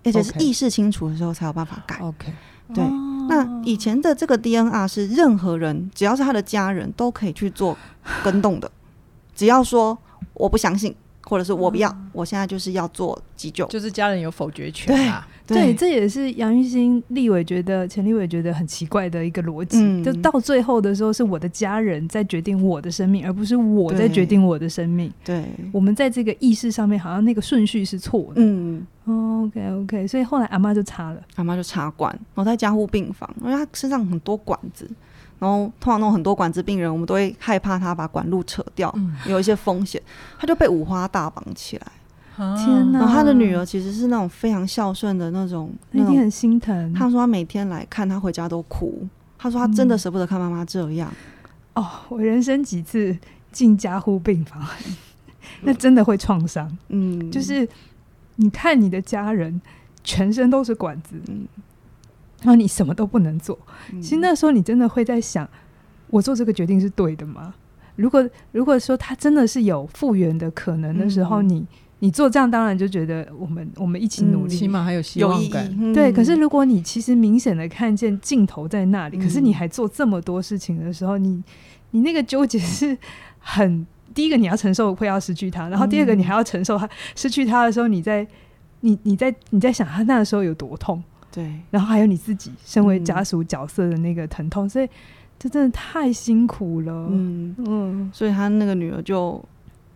Speaker 3: 而且是
Speaker 1: OK
Speaker 3: 意识清楚的时候才有办法改。
Speaker 1: OK，
Speaker 3: 对
Speaker 2: 哦
Speaker 3: 那以前的这个 DNR 是任何人，只要是他的家人都可以去做跟动的， 只要说我不相信，或者是我不要，
Speaker 2: 嗯
Speaker 3: 我现在就是要做急救。
Speaker 1: 就是家人有否决权啊。
Speaker 2: 对，这也是杨玉兴立委觉得钱立委觉得很奇怪的一个逻辑，
Speaker 3: 嗯
Speaker 2: 就到最后的时候是我的家人在决定我的生命，而不是我在
Speaker 3: 对
Speaker 2: 决定我的生命。
Speaker 3: 对，
Speaker 2: 我们在这个意识上面好像那个顺序是错的。
Speaker 3: 嗯，
Speaker 2: OK OK，所以后来阿妈就插了，
Speaker 3: 阿妈就插管，然后在加护病房，因为他身上很多管子，然后通常那种很多管子病人，我们都会害怕他把管路扯掉，
Speaker 1: 嗯，
Speaker 3: 有一些风险，他就被五花大绑起来。
Speaker 1: 啊
Speaker 2: 天哪
Speaker 3: 然后他的女儿其实是那种非常孝顺的那种，那
Speaker 2: 那一定
Speaker 3: 种
Speaker 2: 很心疼。
Speaker 3: 他说他每天来看，他回家都哭。他说他真的
Speaker 2: 嗯
Speaker 3: 舍不得看妈妈这样。
Speaker 2: 哦， 我人生几次进加护病房， 那真的会创伤。
Speaker 3: 嗯，
Speaker 2: 就是你看你的家人全身都是管子，
Speaker 3: 嗯
Speaker 2: 然后你什么都不能做。
Speaker 3: 嗯
Speaker 2: 其实那时候你真的会在想，我做这个决定是对的吗？如果如果说他真的是有复原的可能的时候，
Speaker 3: 嗯
Speaker 2: 你你做这样当然就觉得我们我们一起努
Speaker 3: 嗯
Speaker 2: 力。
Speaker 1: 起码还有希
Speaker 3: 有意
Speaker 1: 望
Speaker 3: 义
Speaker 1: 感。。
Speaker 3: 嗯
Speaker 2: 对，可是如果你其实明显的看见镜头在那里，可是
Speaker 3: 嗯
Speaker 2: 你还做这么多事情的时候，你你那个纠结是很第一个你要承受会要失去他，然后第
Speaker 3: 嗯
Speaker 2: 二个你还要承受他失去他的时候，你在你你在你在想他那时候有多痛，
Speaker 3: 对，
Speaker 2: 然后还有你自己身为
Speaker 3: 嗯
Speaker 2: 家属角色的那个疼痛，所以这真的太辛苦了。嗯
Speaker 3: 嗯，所以他那个女儿就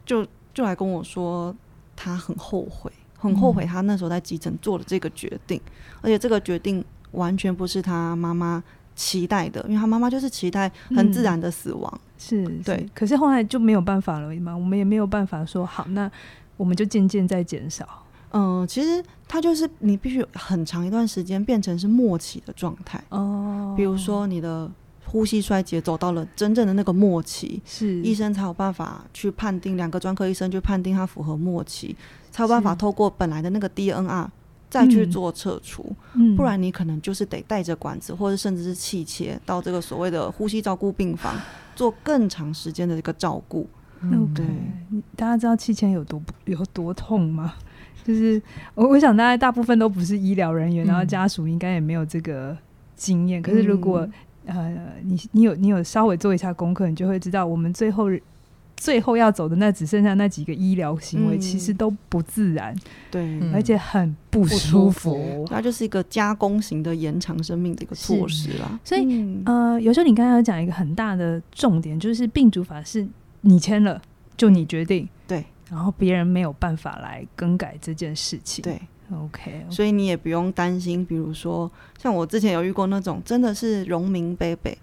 Speaker 3: 就就来跟我说，她很后悔，很后
Speaker 2: 嗯
Speaker 3: 悔她那时候在急诊做的这个决定，而且这个决定完全不是她妈妈期待的，因为她妈妈就是期待很自然的死亡。
Speaker 2: 是
Speaker 3: 对，
Speaker 2: 可是后来就没有办法了嘛，我们也没有办法说好，那我们就渐渐在减少。
Speaker 3: 嗯、其实她就是你必须很长一段时间变成是末期的状态，
Speaker 2: 哦
Speaker 3: 比如说你的呼吸衰竭走到了真正的那个末期，
Speaker 2: 是
Speaker 3: 医生才有办法去判定，两个专科医生去判定它符合末期，才有办法
Speaker 2: 是
Speaker 3: 透过本来的那个 DNR 再去
Speaker 2: 嗯
Speaker 3: 做撤除，
Speaker 2: 嗯
Speaker 3: 不然你可能就是得带着管子或者甚至是气切到这个所谓的呼吸照顾病房做更长时间的一个照顾。
Speaker 1: 嗯
Speaker 2: 对，你大家知道气签有多不有多痛吗？ 就是我我想大家大部分都不是医疗人员，
Speaker 1: 嗯
Speaker 2: 然后家属应该也没有这个经验。可是如果、
Speaker 3: 嗯
Speaker 2: 呃你你有你有稍微做一下功课，你就会知道我们最后最后要走的那只剩下那几个医疗行为，
Speaker 3: 嗯
Speaker 2: 其实都不自然，
Speaker 3: 对，
Speaker 1: 嗯
Speaker 2: 而且很不舒服。
Speaker 3: 它就是一个加工型的延长生命的一个措施啦。
Speaker 2: 所以
Speaker 3: 嗯
Speaker 2: 呃，有时候你刚才有讲一个很大的重点，就是病主法是你签了就你决定，
Speaker 3: 对，
Speaker 2: 然后别人没有办法来更改这件事情。
Speaker 3: 对，
Speaker 2: ，OK，
Speaker 1: 嗯
Speaker 3: 所以你也不用担心，比如说像我之前有遇过那种真的是荣民贝贝，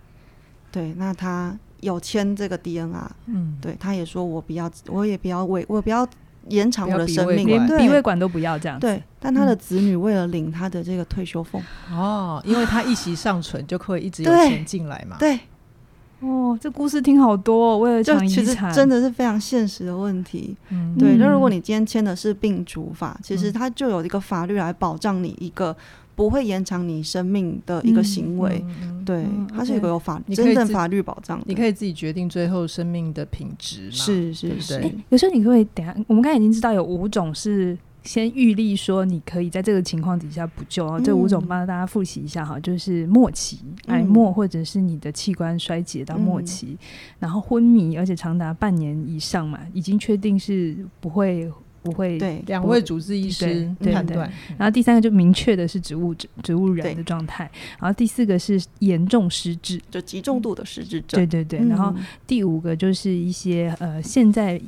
Speaker 3: 对，那他有签这个 DNR，
Speaker 1: 嗯，
Speaker 3: 对，他也说我不要，我也不要为我不要延长
Speaker 1: 不要
Speaker 3: 我的
Speaker 1: 比
Speaker 3: 生
Speaker 1: 胃
Speaker 3: 命，
Speaker 1: 管
Speaker 2: 连
Speaker 3: 对
Speaker 2: 鼻胃管都不要这样子。
Speaker 3: 对，但他的子女为了领他的这个退休俸，
Speaker 1: 哦，因为他一息尚存，就可以一直有
Speaker 3: 对
Speaker 1: 钱进来嘛。
Speaker 3: 对，
Speaker 2: 哦，这故事听好多、哦，为了
Speaker 3: 就
Speaker 2: 抢遗
Speaker 3: 其实
Speaker 2: 产，
Speaker 3: 真的是非常现实的问题。
Speaker 1: 嗯
Speaker 3: 对，
Speaker 2: 嗯
Speaker 3: 那如果你今天签的是病主法，其实它就有一个法律来保障你一个不会延长你生命的一个
Speaker 2: 嗯
Speaker 3: 行为。
Speaker 1: 嗯嗯
Speaker 3: 对
Speaker 2: 嗯，
Speaker 3: 它是有
Speaker 2: OK
Speaker 3: 个有法
Speaker 1: 你可以
Speaker 3: 真正
Speaker 1: 自
Speaker 3: 法律保障的。
Speaker 1: 你可以自己决定最后生命的品质嘛。
Speaker 3: 是
Speaker 1: 对
Speaker 3: 是
Speaker 1: 不
Speaker 3: 是
Speaker 1: 对，
Speaker 2: 哎有时候你会等一下，我们刚才已经知道有五种是先预立说你可以在这个情况底下补救啊，这五种
Speaker 3: 嗯
Speaker 2: 帮大家复习一下哈，就是末期
Speaker 3: 嗯
Speaker 2: 癌末或者是你的器官衰竭到末期，然后昏迷，而且长达半年以上嘛，已经确定是不会不会。
Speaker 3: 对
Speaker 1: 两位主治医师
Speaker 2: 对对
Speaker 1: 判断。
Speaker 2: 然后第三个就明确的是植物植物人的
Speaker 3: 对
Speaker 2: 状态，然后第四个是严重失智，
Speaker 3: 就极重度的失智症
Speaker 2: 对。对对，然后
Speaker 3: 嗯
Speaker 2: 第五个就是一些呃，现在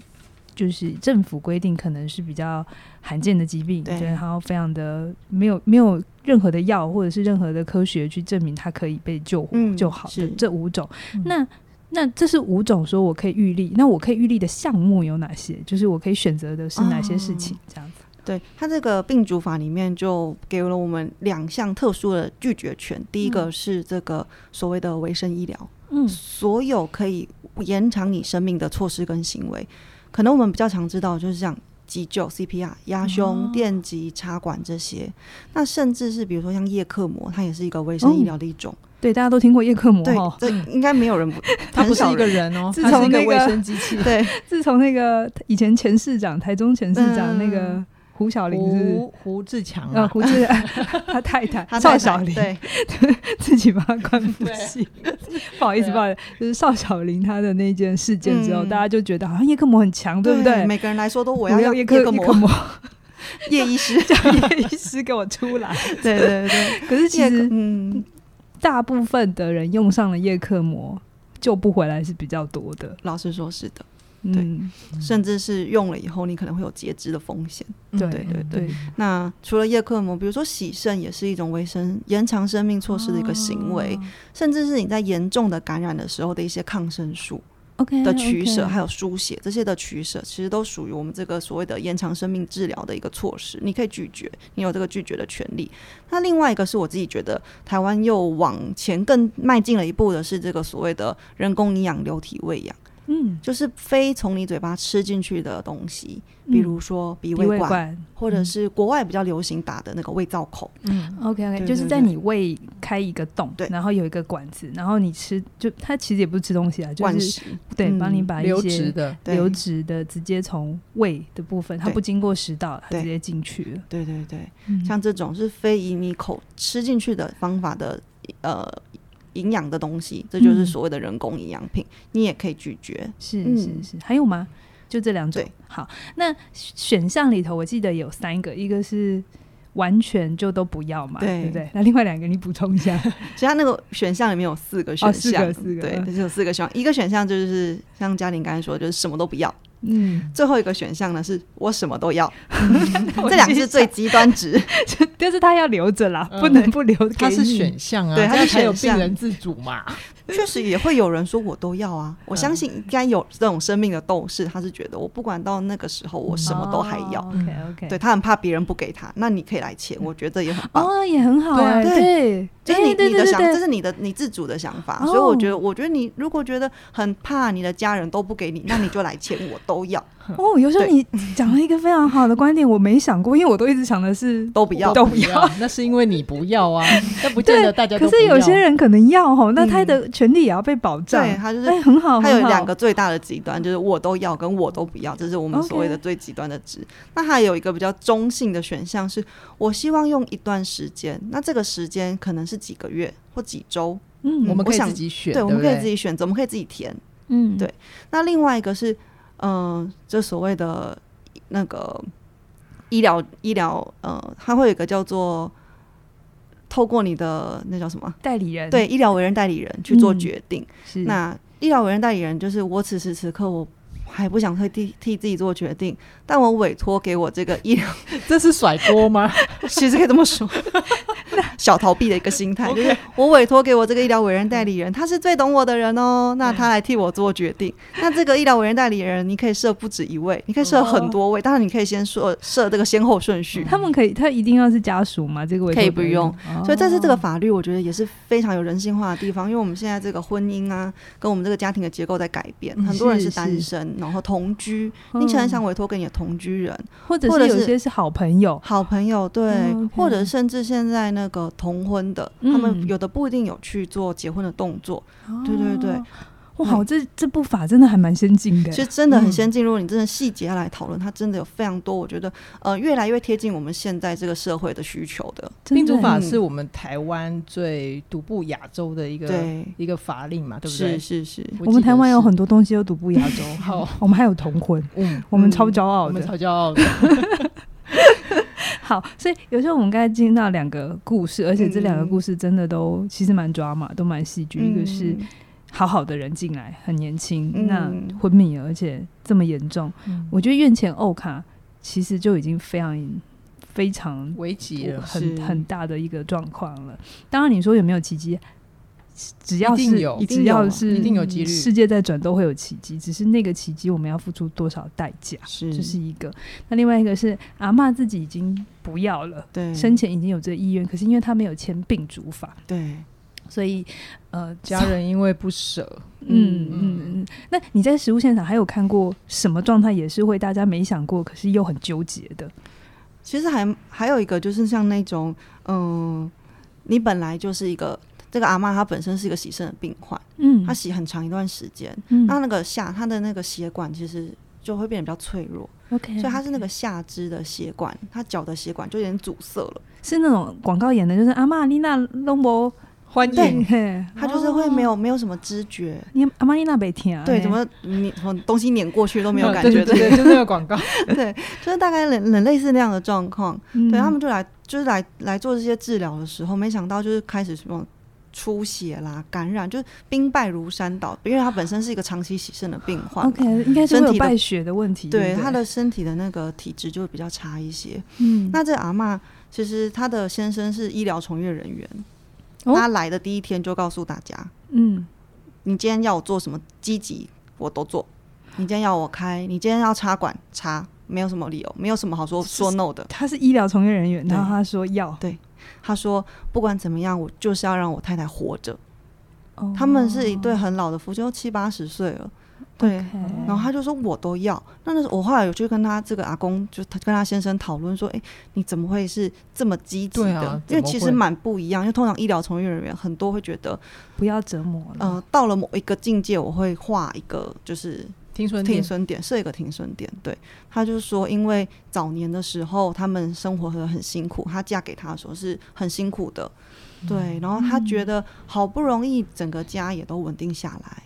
Speaker 2: 就是政府规定可能是比较罕见的疾病，
Speaker 3: 对
Speaker 2: 然后非常的没有没有任何的药或者是任何的科学去证明它可以被救活、
Speaker 3: 嗯
Speaker 2: 救好的
Speaker 3: 是
Speaker 2: 这五种。
Speaker 1: 嗯
Speaker 2: 那那这是五种说我可以预立，那我可以预立的项目有哪些？就是我可以选择的是哪些事
Speaker 3: 啊
Speaker 2: 情？这样子
Speaker 3: 对它这个病主法里面就给了我们两项特殊的拒绝权，第一个是这个所谓的卫生医疗，
Speaker 2: 嗯
Speaker 3: 所有可以延长你生命的措施跟行为，可能我们比较常知道就是像急救、CPR、压胸、
Speaker 2: 哦
Speaker 3: 电击、插管这些，那甚至是比如说像叶克膜，它也是一个卫生医疗的一种。
Speaker 2: 对，大家都听过叶克膜哦
Speaker 3: 对
Speaker 2: 哈，。
Speaker 3: 这应该没有人不，
Speaker 1: 他
Speaker 3: 很
Speaker 1: 不是
Speaker 3: 少
Speaker 1: 一个
Speaker 3: 人
Speaker 1: 人哦，
Speaker 2: 自
Speaker 1: 他是
Speaker 2: 从
Speaker 1: 一个
Speaker 2: 那
Speaker 1: 卫
Speaker 2: 个
Speaker 1: 生机 器。
Speaker 3: 对
Speaker 2: 自从那个以前前市长台中前市长那个
Speaker 3: 嗯
Speaker 2: 胡小玲是不是
Speaker 1: 胡胡志强
Speaker 2: 呃，
Speaker 1: 啊，
Speaker 2: 胡志他太太
Speaker 3: 它
Speaker 2: 邵
Speaker 3: 嗯太
Speaker 2: 小
Speaker 3: 难
Speaker 2: 玲
Speaker 3: 对，
Speaker 2: 自己把他关服 系， 不好意思，
Speaker 1: 对啊
Speaker 2: 不好意思，就是邵小玲她的那件事件之后，
Speaker 3: 嗯
Speaker 2: 大家就觉得好像叶克膜很强，对不对？
Speaker 3: 每个人来说都我
Speaker 2: 我
Speaker 3: 要
Speaker 2: 要
Speaker 3: 叶克
Speaker 2: 克 克
Speaker 3: 膜，
Speaker 2: 膜，
Speaker 3: 叶医 师，
Speaker 2: 叫叶医师给我 出来。
Speaker 3: 对对对，
Speaker 2: 可是其
Speaker 3: 叶克
Speaker 2: 实
Speaker 3: 嗯。
Speaker 2: 大部分的人用上了叶克膜，救不回来是比较多的。
Speaker 3: 老实说，是的，
Speaker 2: 嗯，
Speaker 3: 甚至是用了以后，你可能会有截肢的风险。
Speaker 2: 对
Speaker 3: 对对
Speaker 2: 对，
Speaker 3: 那除了叶克膜，比如说洗肾也是一种维生延长生命措施的一个行为，
Speaker 2: 哦
Speaker 3: 甚至是你在严重的感染的时候的一些抗生素
Speaker 2: OK
Speaker 3: 的取舍
Speaker 2: 哎 OK
Speaker 3: 还有输血这些的取舍，其实都属于我们这个所谓的延长生命治疗的一个措施。你可以拒绝，你有这个拒绝的权利。那另外一个是我自己觉得台湾又往前更迈进了一步的是这个所谓的人工营养流体喂养，
Speaker 2: 嗯，
Speaker 3: 就是非从你嘴巴吃进去的东西，
Speaker 2: 嗯
Speaker 3: 比如说鼻
Speaker 2: 鼻
Speaker 3: 胃
Speaker 2: 胃
Speaker 3: 管。
Speaker 2: 管
Speaker 3: 或者是国外比较流行打的那个胃造口，
Speaker 1: 嗯，
Speaker 2: OK OK，
Speaker 3: 对
Speaker 2: 就是
Speaker 3: 对
Speaker 2: 在
Speaker 3: 对
Speaker 2: 你胃开一个洞，
Speaker 3: 对
Speaker 2: 然后有一个管子，然后你吃，就它其实也不是吃东西啊，就
Speaker 3: 灌
Speaker 2: 是
Speaker 3: 食，
Speaker 2: 对，帮你
Speaker 3: 嗯
Speaker 2: 把一
Speaker 1: 留
Speaker 2: 些
Speaker 1: 职的，
Speaker 3: 对
Speaker 2: 流质的直接从胃的部分，它
Speaker 3: 对
Speaker 2: 不经过食道，它
Speaker 3: 对
Speaker 2: 直接进去了。
Speaker 3: 对对对，
Speaker 2: 嗯
Speaker 3: 像这种是非以你口吃进去的方法的呃营养的东西，这就是
Speaker 2: 嗯
Speaker 3: 所谓的人工营养品，你也可以拒绝。
Speaker 2: 是
Speaker 3: 嗯
Speaker 2: 是是，还有吗？就这两种
Speaker 3: 对。
Speaker 2: 好，那选项里头我记得有三个，一个是完全就都不要嘛，
Speaker 3: 对
Speaker 2: 对不对？那另外两个你补充一下。
Speaker 3: 其实它那个选项里面有四个选项，
Speaker 2: 四个四个
Speaker 3: 对
Speaker 2: 嗯，
Speaker 3: 就是有四个选项。一个选项就是像嘉玲刚才说，就是什么都不要；
Speaker 2: 嗯，
Speaker 3: 最后一个选项呢，是我什么都 要。
Speaker 2: 这
Speaker 3: 这两个 是最，极端值，
Speaker 2: 但是他要留着啦，
Speaker 1: 嗯
Speaker 2: 不能不留给你。
Speaker 1: 它是选项啊，
Speaker 3: 对它是
Speaker 1: 这样才有
Speaker 3: 选项
Speaker 1: 病人自主嘛。
Speaker 3: 确实也会有人说我都要啊。我
Speaker 1: 嗯
Speaker 3: 相信应该有这种生命的斗士，他是觉得我不管到那个时候，我什么都还要。
Speaker 2: OK OK，
Speaker 3: 对他很怕别人不给他，那你可以来钱，我觉得也很棒。
Speaker 2: 嗯哦，也很好
Speaker 1: 对啊
Speaker 2: 哎，
Speaker 3: 对
Speaker 2: 对，
Speaker 3: 就是你
Speaker 2: 哎对
Speaker 3: 你的
Speaker 2: 对
Speaker 3: 想，这
Speaker 2: 对对，
Speaker 3: 是你的你自主的想法，
Speaker 2: 哦
Speaker 3: 所以我觉得，我觉得你如果觉得很怕你的家人都不给你，那你就来钱我都要，
Speaker 2: 哦，有时候
Speaker 3: 对
Speaker 2: 你讲了一个非常好的观点，我没想过，因为我都一直想的是
Speaker 3: 都不要。
Speaker 2: 都
Speaker 1: 哦不要， 那是因为你不要 啊，那不见得大家都
Speaker 2: 可
Speaker 1: 不要。
Speaker 2: 是有些人可能要吼，那他
Speaker 3: 嗯
Speaker 2: 的权利也要被保障。
Speaker 3: 对，他就是
Speaker 2: 哎，很好，
Speaker 3: 它
Speaker 2: 很
Speaker 3: 有
Speaker 2: 好
Speaker 3: 两个最大的极端，就是我都要跟我都不要，这是我们
Speaker 2: OK
Speaker 3: 所谓的最极端的值。那还有一个比较中性的选项是，我希望用一段时间，那这个时间可能是几个月或几周，
Speaker 2: 嗯，
Speaker 1: 我们可
Speaker 3: 我
Speaker 1: 以
Speaker 3: 想
Speaker 1: 自己选，
Speaker 3: 对，我们
Speaker 1: 不
Speaker 3: 可以自己选择，我们可以自己填。
Speaker 2: 嗯
Speaker 3: 对那另外一个是，嗯，这所谓的那个医疗医疗，呃，它会有一个叫做透过你的那叫什么？
Speaker 2: 代理人
Speaker 3: 对，医疗委任代理人去做
Speaker 2: 嗯
Speaker 3: 决定。
Speaker 2: 是
Speaker 3: 那医疗委任代理人就是我此时此刻我还不想会替替自己做决定，但我委托给我这个医疗，
Speaker 1: 这是甩锅 吗？
Speaker 3: 其实可以这么说，小逃避的一个心态，就是我委托给我这个医疗委任代理人，他是最懂我的人
Speaker 2: 嗯
Speaker 3: 哦，那他来替我做决定。那这个医疗委任代理人，你可以设不止一位，你可以设很多位，当然你可以先设设这个先后顺序。
Speaker 2: 哦嗯他们可以，他一定要是家属吗？这个委托
Speaker 3: 可以不用
Speaker 2: 人吗，
Speaker 3: 所以这是这个
Speaker 2: 哦
Speaker 3: 法律，我觉得也是非常有人性化的地方，因为我们现在这个婚姻啊，跟我们这个家庭的结构在改变，
Speaker 2: 嗯
Speaker 3: 很多人
Speaker 2: 是
Speaker 3: 是
Speaker 2: 是
Speaker 3: 单身，然后同居，你可能想，委托给你的同居人、
Speaker 2: 嗯哦或者
Speaker 3: 或
Speaker 2: 是
Speaker 3: 者
Speaker 2: 有
Speaker 3: 是
Speaker 2: 些是好朋友，
Speaker 3: 好朋友，对，
Speaker 2: 嗯，OK
Speaker 3: 或者甚至现在那个同婚的，
Speaker 2: 嗯
Speaker 3: 他们有的不一定有去做结婚的动作，对对对嗯
Speaker 2: 哦。哇，这这部法真的还蛮先进的
Speaker 3: 其，实真的很
Speaker 1: 嗯
Speaker 3: 先进。如果你真的细节来讨论，它真的有非常多，我觉得呃，越来越贴近我们现在这个社会的需求的，
Speaker 2: 真的
Speaker 1: 病毒法
Speaker 3: 嗯
Speaker 1: 是我们台湾最独步亚洲的一
Speaker 2: 啊
Speaker 1: 个
Speaker 3: 对，
Speaker 1: 一个法令嘛，对不
Speaker 3: 是
Speaker 1: 对？
Speaker 3: 是是，
Speaker 2: 我们台湾有
Speaker 1: 很
Speaker 2: 很多东西都独步 亚洲，
Speaker 1: 好，
Speaker 2: 我们还有同婚，
Speaker 1: 嗯，
Speaker 2: 我们
Speaker 3: 嗯
Speaker 2: 超骄傲
Speaker 1: 我们
Speaker 2: 的。
Speaker 1: 哦超骄 傲的，
Speaker 2: 好，所以有时候我们刚才听到两个故事，而且这两个
Speaker 3: 嗯
Speaker 2: 故事真的都其实蛮抓马，都蛮戏剧，一个是
Speaker 3: 嗯
Speaker 2: 好好的人进来，很年轻，
Speaker 3: 嗯
Speaker 2: 那昏迷了，而且这么严重，
Speaker 1: 嗯
Speaker 2: 我觉得院前欧卡其实就已经非常非常
Speaker 1: 危急了，
Speaker 2: 很
Speaker 3: 是
Speaker 2: 很大的一个状况了。当然，你说有没有奇迹？只要
Speaker 1: 一定
Speaker 2: 是
Speaker 1: 有
Speaker 3: 一
Speaker 2: 只
Speaker 3: 定有
Speaker 2: 要
Speaker 3: 啊
Speaker 2: 是
Speaker 1: 一定有几率
Speaker 2: 世界在转都会有奇迹，只是那个奇迹我们要付出多少代价，
Speaker 3: 是
Speaker 2: 这是一个。那另外一个是阿嬷自己已经不要了，
Speaker 3: 对
Speaker 2: 生前已经有这个意愿，可是因为她没有签病主法，
Speaker 3: 对。
Speaker 2: 所以呃，
Speaker 1: 家人因为不舍，
Speaker 2: 嗯
Speaker 1: 嗯
Speaker 2: 嗯嗯。那你在实物现场还有看过什么状态也是会大家没想过，可是又很纠结的？
Speaker 3: 其实还还有一个就是像那种，嗯，你本来就是一个这个阿嬷，她本身是一个洗肾的病患，
Speaker 2: 嗯
Speaker 3: 她洗很长一段时间，
Speaker 2: 嗯
Speaker 3: 她那个下她的那个血管其实就会变得比较脆弱，
Speaker 2: ，OK，
Speaker 3: 所以她是那个下肢的血管，她脚的血管就有点阻塞了，
Speaker 2: 是那种广告演的，就是阿玛丽娜龙博，
Speaker 1: 欢
Speaker 3: 对
Speaker 1: 迎
Speaker 2: 嘿哦
Speaker 3: 她就是会没有没有什么知觉，
Speaker 2: 你阿玛丽娜北听啊，
Speaker 3: 对，
Speaker 2: 嘿
Speaker 3: 怎么你什么东西碾过去都没有感
Speaker 1: 啊 对
Speaker 3: 觉的
Speaker 1: 对，对，就那个广告，
Speaker 3: 对， 就是大概很很类似那样的状况，
Speaker 2: 嗯
Speaker 3: 对他们就来就是来来做这些治疗的时候，没想到就是开始什么出血啦、感染，就是兵败如山倒，因为他本身是一个长期洗肾的病患嘛。
Speaker 2: OK，应该是会
Speaker 3: 身
Speaker 2: 有
Speaker 3: 体的
Speaker 2: 败血的问题，
Speaker 3: 对
Speaker 2: 不
Speaker 3: 他的身体的那个体质就会比较差一些。
Speaker 2: 嗯，
Speaker 3: 那这阿嬷其实她的先生是医疗从业人员，
Speaker 2: 哦
Speaker 3: 她来的第一天就告诉大家，
Speaker 2: 嗯
Speaker 3: 你今天要我做什么积极，我都做。你今天要我开，你今天要插管插，没有什么理由，没有什么好说
Speaker 2: 是
Speaker 3: 说 no 的。
Speaker 2: 他是医疗从业人员，
Speaker 3: 对
Speaker 2: 然后他说要，
Speaker 3: 他说不管怎么样，我就是要让我太太活着。
Speaker 2: 哦
Speaker 3: 他们是一对很老的夫妻，都七八十岁了，对。
Speaker 2: OK
Speaker 3: 然后他就说我都要。那那时候我后来有去跟他这个阿公，就他跟他先生讨论说，哎、你怎么会是这么积极
Speaker 1: 对
Speaker 3: 的？
Speaker 1: 啊
Speaker 3: 因为
Speaker 1: 怎么
Speaker 3: 其
Speaker 1: 会
Speaker 3: 实蛮不一样，因为通常医疗从业人员很多会觉得，
Speaker 1: 啊
Speaker 3: 呃
Speaker 2: 不要折磨了，
Speaker 3: 呃，到了某一个境界，我会画一个就是
Speaker 1: 听说
Speaker 3: 停
Speaker 1: 你
Speaker 3: 损点设一个停损点。对，他就说，因为早年的时候他们生活得很辛苦，她嫁给他的时候是很辛苦的，对，
Speaker 1: 嗯
Speaker 3: 然后她觉得好不容易整个家也都稳定下来，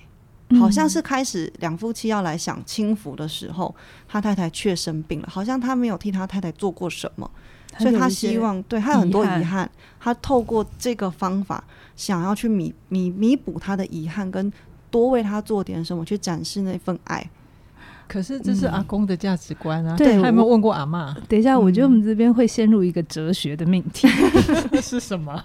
Speaker 2: 嗯
Speaker 3: 好像是开始两夫妻要来享清福的时候，他太太却生病了，好像他没有替他太太做过什么，所以他希望对他有很多
Speaker 2: 遗
Speaker 3: 遗
Speaker 2: 憾
Speaker 3: 憾，他透过这个方法想要去弥弥弥补他的遗憾，跟多为他做点什么，去展示那份爱。
Speaker 1: 可是这
Speaker 3: 嗯
Speaker 1: 是阿公的价值观啊，
Speaker 2: 对
Speaker 1: 他有没有
Speaker 2: 我
Speaker 1: 问过阿 妈
Speaker 2: 等一下，
Speaker 3: 嗯
Speaker 2: 我觉得我们这边会陷入一个哲学的命题，
Speaker 1: 是什么？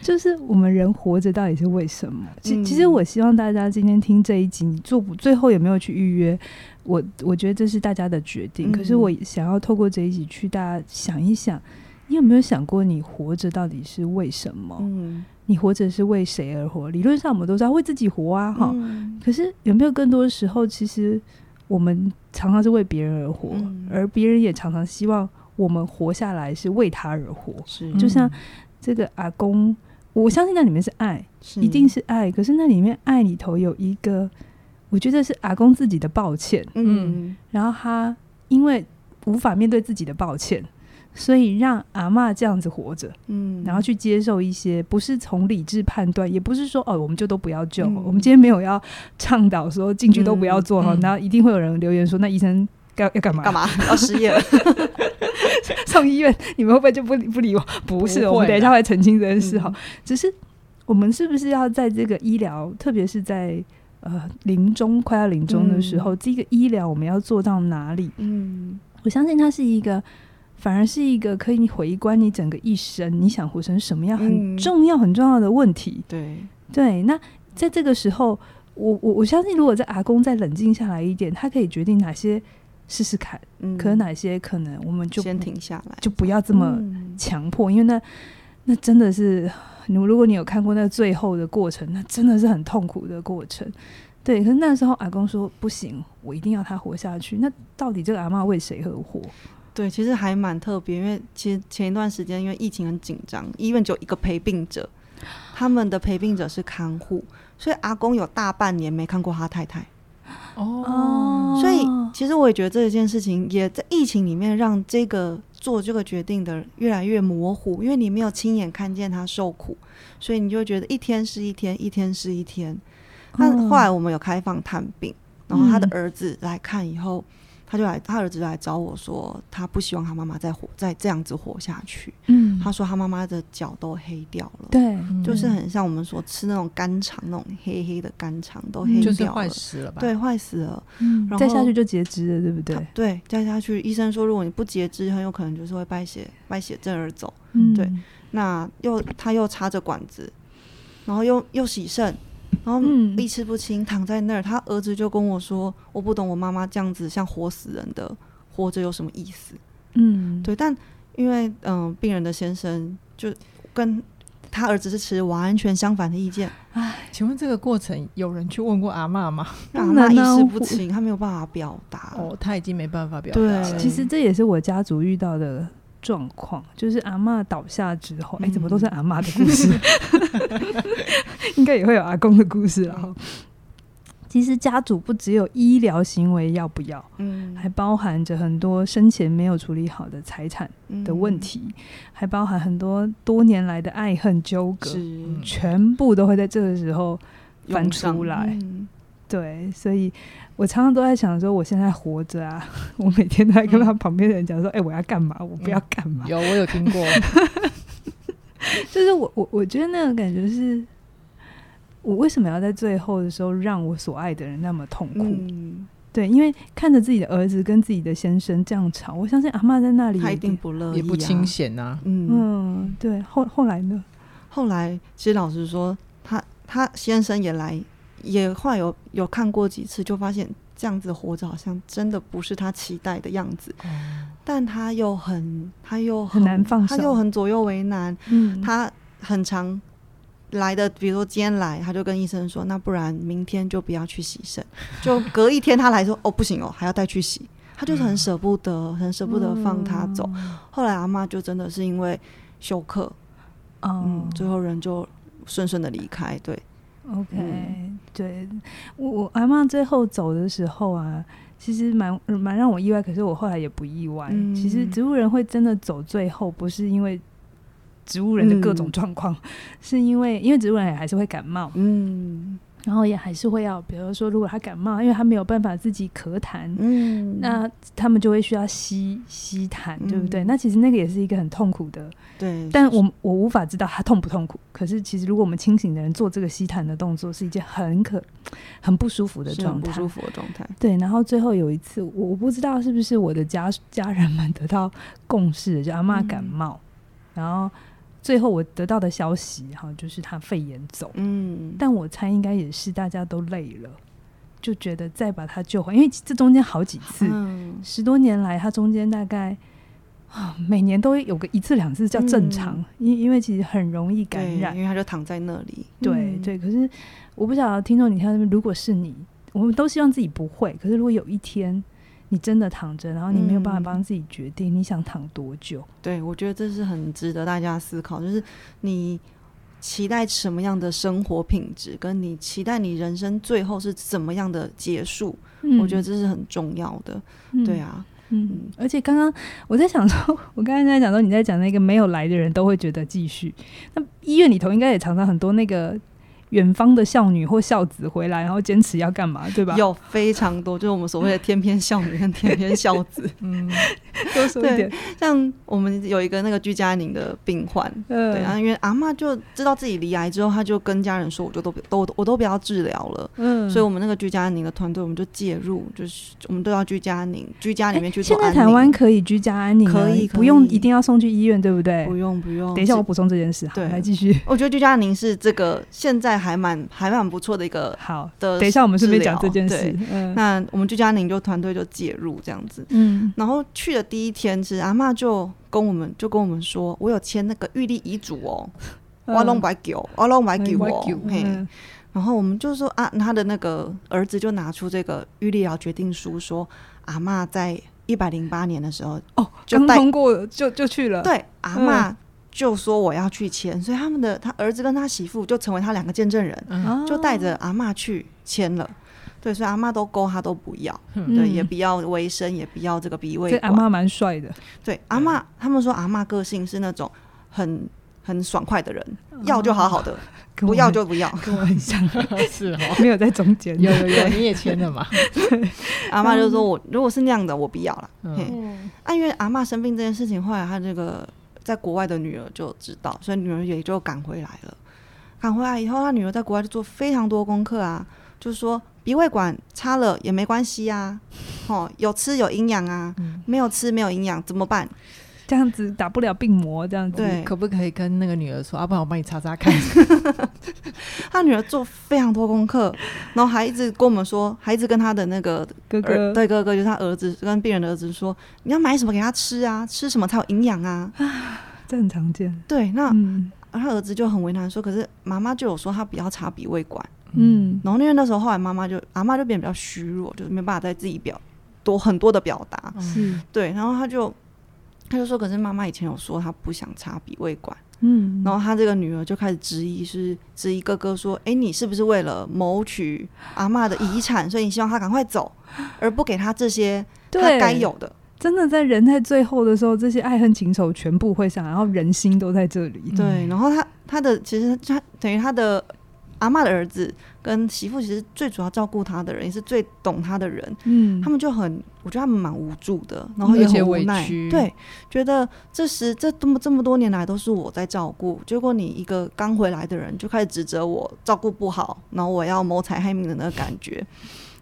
Speaker 2: 就是我们人活着到底是为什么？其、
Speaker 3: 嗯
Speaker 2: 其实我希望大家今天听这一集，你做不最后有没有去预约？我我觉得这是大家的决定。
Speaker 3: 嗯
Speaker 2: 可是我想要透过这一集去大家想一想，你有没有想过你活着到底是为什么？
Speaker 3: 嗯，
Speaker 2: 你活着是为谁而活？理论上我们都知道为自己活啊，哈、
Speaker 3: 嗯
Speaker 2: 可是有没有更多时候，其实我们常常是为别人而活，
Speaker 3: 嗯
Speaker 2: 而别人也常常希望我们活下来是为他而活。
Speaker 3: 是
Speaker 2: 就像这个阿公，我相信那里面是爱，
Speaker 3: 是
Speaker 2: 一定是爱。可是那里面爱里头有一个，我觉得是阿公自己的抱歉，
Speaker 3: 嗯
Speaker 2: 然后他因为无法面对自己的抱歉，所以让阿嬷这样子活着。
Speaker 3: 嗯，
Speaker 2: 然后去接受一些不是从理智判断，也不是说哦，我们就都不要救。
Speaker 3: 嗯
Speaker 2: 我们今天没有要倡导说进去都不要做哈、
Speaker 1: 嗯嗯
Speaker 2: 然后一定会有人留言说，那医生该要干嘛？
Speaker 3: 干嘛 要失业了？
Speaker 2: 上医院？你们会不会就不理不理我？ 不是，
Speaker 1: 不会
Speaker 2: 我们等一下会澄清这件事哈、
Speaker 3: 嗯
Speaker 2: 只是我们是不是要在这个医疗，特别是在呃临终快要临终的时候，这个医疗我们要做到哪里？
Speaker 3: 嗯
Speaker 2: 我相信它是一个，反而是一个可以回观你整个一生，你想活成什么样，很
Speaker 3: 嗯
Speaker 2: 重要、很重要的问题。
Speaker 3: 对，
Speaker 2: 对，那在这个时候，我我我相信，如果在阿公再冷静下来一点，他可以决定哪些试试看，
Speaker 3: 嗯
Speaker 2: 可能哪些可能我们就
Speaker 3: 先
Speaker 2: 不
Speaker 3: 停下来，
Speaker 2: 就不要这么
Speaker 3: 嗯
Speaker 2: 强迫，因为那那真的是，你如果你有看过那最后的过程，那真的是很痛苦的过程。对，可是那时候阿公说不行，我一定要他活下去。那到底这个阿嬷为谁而活？
Speaker 3: 对，其实还蛮特别，因为其实前一段时间因为疫情很紧张，医院只有一个陪病者，他们的陪病者是看护，所以阿公有大半年没看过他太太。
Speaker 1: 嗯哦，
Speaker 3: 所以其实我也觉得这件事情也在疫情里面让这个做这个决定的人越来越模糊，因为你没有亲眼看见他受苦，所以你就会觉得一天是一天，一天是一天。那
Speaker 2: 嗯
Speaker 3: 后来我们有开放探病，然后他的
Speaker 2: 嗯
Speaker 3: 儿子来看以后，他就来，他儿子来找我说，他不希望他妈妈再活再这样子活下去。
Speaker 2: 嗯，
Speaker 3: 他说他妈妈的脚都黑掉了，
Speaker 2: 对，
Speaker 1: 嗯
Speaker 3: 就是很像我们所吃那种干肠，那种黑黑的干肠都黑
Speaker 2: 嗯
Speaker 1: 就是
Speaker 3: 掉了，
Speaker 1: 坏死了吧？
Speaker 3: 对，坏死了。
Speaker 2: 嗯
Speaker 3: 然
Speaker 2: 再下
Speaker 3: 后
Speaker 2: 去就截肢了，对不对
Speaker 3: 他？对，再下去，医生说如果你不截肢，很有可能就是会败血败血症而走。
Speaker 2: 嗯，
Speaker 3: 对那又他又插着管子，然后又又洗肾，然后
Speaker 2: 嗯
Speaker 3: 意识不清，躺在那儿。他儿子就跟我说：“我不懂，我妈妈这样子像活死人的，活着有什么意思
Speaker 2: 嗯，？”
Speaker 3: 对，但因为嗯、呃病人的先生就跟他儿子是持完全相反的意见，
Speaker 1: 请问这个过程有人去问过阿嬷吗？
Speaker 3: 让
Speaker 2: 当
Speaker 3: 他
Speaker 2: 然啊
Speaker 3: 意识不
Speaker 2: 我
Speaker 3: 清，他没有办法表达。
Speaker 1: 哦，他已经没办法表达了。
Speaker 3: 啊对
Speaker 2: 其实这也是我家族遇到的状况，就是阿嬷倒下之后，
Speaker 3: 嗯
Speaker 2: 哎、怎么都是阿嬷的故事？ 应该也会有阿公的故事然后，
Speaker 3: 嗯
Speaker 2: 其实家族不只有医疗行为要不要，
Speaker 3: 嗯
Speaker 2: 还包含着很多生前没有处理好的财产
Speaker 3: 嗯
Speaker 2: 的问，题，还包含很多多年来的爱恨纠
Speaker 3: 嗯
Speaker 2: 葛，
Speaker 3: 是
Speaker 2: 全部都会在这个时候翻
Speaker 3: 涌上
Speaker 2: 出来。
Speaker 3: 嗯
Speaker 2: 对，所以我常常都在想说，我现在活着啊， 我每天都在
Speaker 3: 嗯
Speaker 2: 跟他旁边的人讲说，哎、我要干嘛，我不要干嘛。
Speaker 1: 有，我有听 过，
Speaker 2: 就是我我我觉得那种感觉是，我为什么要在最后的时候让我所爱的人那么痛苦？
Speaker 3: 嗯，
Speaker 2: 对，因为看着自己的儿子跟自己的先生这样吵，我相信阿嬷在那里
Speaker 3: 他一
Speaker 2: 也
Speaker 3: 定。不乐意、啊，
Speaker 1: 也不清闲呐。
Speaker 3: 嗯，
Speaker 2: 嗯，对，后后来呢？
Speaker 3: 后来其实老实说，他他先生也来，也后来有有看过几次，就发现这样子活着好像真的不是他期待的样子，
Speaker 1: 哦
Speaker 3: 但他又很他又
Speaker 2: 很难放手
Speaker 3: 他又很左右为难，
Speaker 2: 嗯，
Speaker 3: 他很常。来的，比如说今天来，他就跟医生说，那不然明天就不要去洗肾，就隔一天他来说，哦不行哦，还要再去洗，他就是很舍不得，很舍不得放他走。后来阿妈就真的是因为休克，
Speaker 2: 嗯，
Speaker 3: 哦嗯，最后人就顺顺的离开。对，
Speaker 2: OK，、
Speaker 3: 嗯
Speaker 2: 对我我阿妈最后走的时候啊，其实蛮蛮让我意外，可是我后来也不意外。
Speaker 3: 嗯
Speaker 2: 其实植物人会真的走最后，不是因为植物人的各种
Speaker 3: 嗯
Speaker 2: 状况，是因为因为植物人也还是会感冒，
Speaker 3: 嗯
Speaker 2: 然后也还是会要，比如说如果他感冒，因为他没有办法自己咳痰，
Speaker 3: 嗯，
Speaker 2: 那他们就会需要吸吸痰，对不对？
Speaker 3: 嗯
Speaker 2: 那其实那个也是一个很痛苦的，
Speaker 3: 对，
Speaker 2: 但我我无法知道他痛不痛苦。可是其实如果我们清醒的人做这个吸痰的动作，是一件很可很不舒服的
Speaker 3: 是很
Speaker 2: 状
Speaker 3: 不
Speaker 2: 态
Speaker 3: 舒。服的状态，
Speaker 2: 对，然后最后有一次，我我不知道是不是我的家家人们得到共识，就阿妈感
Speaker 3: 嗯
Speaker 2: 冒，然后最后我得到的消息哈，就是他肺炎走。
Speaker 3: 嗯，
Speaker 2: 但我猜应该也是大家都累了，就觉得再把他救回来，因为这中间好几次，
Speaker 3: 嗯
Speaker 2: 十多年来，它中间大概啊每年都会有个一次两次叫正常，因、因为其实很容易感
Speaker 3: 对
Speaker 2: 染
Speaker 3: 因。为他就躺在那里，
Speaker 2: 对
Speaker 1: 嗯
Speaker 2: 对，可是我不晓得听众你看这边，如果是你，我们都希望自己不会。可是如果有一天你真的躺着，然后你没有办法
Speaker 3: 嗯
Speaker 2: 帮自己决定你想躺多久，
Speaker 3: 对，我觉得这是很值得大家思考，就是你期待什么样的生活品质，跟你期待你人生最后是怎么样的结束，我觉得这是很重要的。
Speaker 2: 嗯
Speaker 3: 对，啊，
Speaker 2: 嗯，而且刚刚我在想说， 我刚才在讲说你在讲那个没有来的人都会觉得继续。那医院里头应该也常常很多那个远方的少女或孝子回来，然后坚持要干嘛，对吧？
Speaker 3: 有非常多，就是我们所谓的天偏孝女跟天偏孝子。
Speaker 1: 嗯，
Speaker 2: 多说一点，
Speaker 3: 像我们有一个那个居家宁的病患，
Speaker 2: 嗯
Speaker 3: 对，啊，因为阿妈就知道自己离癌之后，她就跟家人说，我就都都我都不要治疗了。
Speaker 2: 嗯
Speaker 3: 所以，我们那个居家宁的团队，我们就介入，就是我们都要居家宁，居家里面去做
Speaker 2: 哎现
Speaker 3: 安宁。
Speaker 2: 在台湾可以居家安宁了，啊
Speaker 3: 可以
Speaker 2: 不用
Speaker 3: 可以
Speaker 2: 一定要送去医院，对不对？
Speaker 3: 不用不用，
Speaker 2: 等一下，
Speaker 3: 是
Speaker 2: 我补充这件事，好，
Speaker 3: 对
Speaker 2: 来继续。
Speaker 3: 我觉得居家宁是这个现在还蛮还蛮不错的一个
Speaker 2: 好，
Speaker 3: 的。
Speaker 2: 等一下我们顺便讲这件
Speaker 3: 治
Speaker 2: 事
Speaker 3: 疗。
Speaker 2: 嗯
Speaker 3: 那我们居家宁就团队就介入这样子，
Speaker 2: 嗯
Speaker 3: 然后去的第一天，其实阿嬷就跟我们就跟我们说，我有签那个预立遗嘱哦，我弄白酒，我弄白酒哦，嘿。
Speaker 2: 哎嗯
Speaker 3: 然后我们就说啊，他的那个儿子就拿出这个预立疗决定书，说阿嬷在一百零八年的时候，
Speaker 2: 哦，
Speaker 3: 就
Speaker 2: 刚
Speaker 3: 带
Speaker 2: 通过就就去了，
Speaker 3: 对阿
Speaker 2: 嗯
Speaker 3: 嬷就说我要去签，所以他们的他儿子跟他媳妇就成为他两个见证人。
Speaker 1: 嗯
Speaker 2: 啊，
Speaker 3: 就带着阿嬷去签了。对，所以阿嬷都勾，他都不要，
Speaker 2: 嗯
Speaker 3: 对，也不要维生，也不要这个鼻
Speaker 2: 这
Speaker 3: 胃
Speaker 2: 阿嗯
Speaker 3: 管。
Speaker 2: 妈蛮帅的，
Speaker 3: 对，阿嬷他们说阿嬷个性是那种很很爽快的人，要就好好的，
Speaker 2: 嗯跟
Speaker 3: 不
Speaker 2: 我
Speaker 3: 要
Speaker 2: 很
Speaker 3: 就不要。
Speaker 2: 跟我很像，
Speaker 1: 是哦，
Speaker 2: 没有在中间。
Speaker 1: 有有有，你也签 了嘛？
Speaker 3: 阿嬷就说我如果是那样的，我不要了。
Speaker 1: 嗯
Speaker 3: 嘿啊，因为阿嬷生病这件事情，后来她这个在国外的女儿就知道，所以女儿也就赶回来了。赶回来以后，她女儿在国外就做非常多功课啊，就说鼻胃管插了也没关系啊，哦，有吃有营养啊，没有吃没有营养怎么办？
Speaker 2: 这样子打不了病魔，这样子。
Speaker 3: 对
Speaker 1: 可不可以跟那个女儿说，要不然我帮你查 查看？
Speaker 3: 她女儿做非常多功课，然后还一直跟我们说，还一直跟她的那个
Speaker 2: 哥
Speaker 3: 儿
Speaker 2: 哥，
Speaker 3: 对哥哥，就是她儿子跟病人的儿子说，你要买什么给她吃啊，吃什么才有营养啊？
Speaker 2: 这很常见。
Speaker 3: 对，那
Speaker 2: 嗯
Speaker 3: 他儿子就很为难说，可是妈妈就有说她不要插鼻胃管，
Speaker 2: 嗯
Speaker 3: 然后因为那时候后来妈妈就阿妈就变得比较虚弱，就是没办法再自己表多很多的表
Speaker 1: 嗯
Speaker 3: 达，
Speaker 2: 是
Speaker 3: 对，然后她就她就说，可是妈妈以前有说她不想插鼻胃管，
Speaker 2: 嗯，
Speaker 3: 然
Speaker 2: 后
Speaker 3: 后她这个女儿就开始质疑是质疑哥哥说，哎、你是不是为了谋取啊阿妈的遗产，所以你希望她赶快走，而不给她这些她
Speaker 2: 对
Speaker 3: 该有的，
Speaker 2: 真的在人在最后的时候，这些爱恨情仇全部会上来，然后人心都在这里。
Speaker 3: 对，然后他他的其实他等于他的阿嬷的儿子跟媳妇，其实最主要照顾他的人，也是最懂他的人。
Speaker 2: 嗯，
Speaker 3: 他们就很，我觉得他们蛮无助的，然后也
Speaker 1: 而且
Speaker 3: 很无
Speaker 1: 委
Speaker 3: 奈
Speaker 1: 屈，
Speaker 3: 对，觉得这时这这么这么多年来都是我在照顾，结果你一个刚回来的人就开始指责我照顾不好，然后我要谋财害命的那个感觉。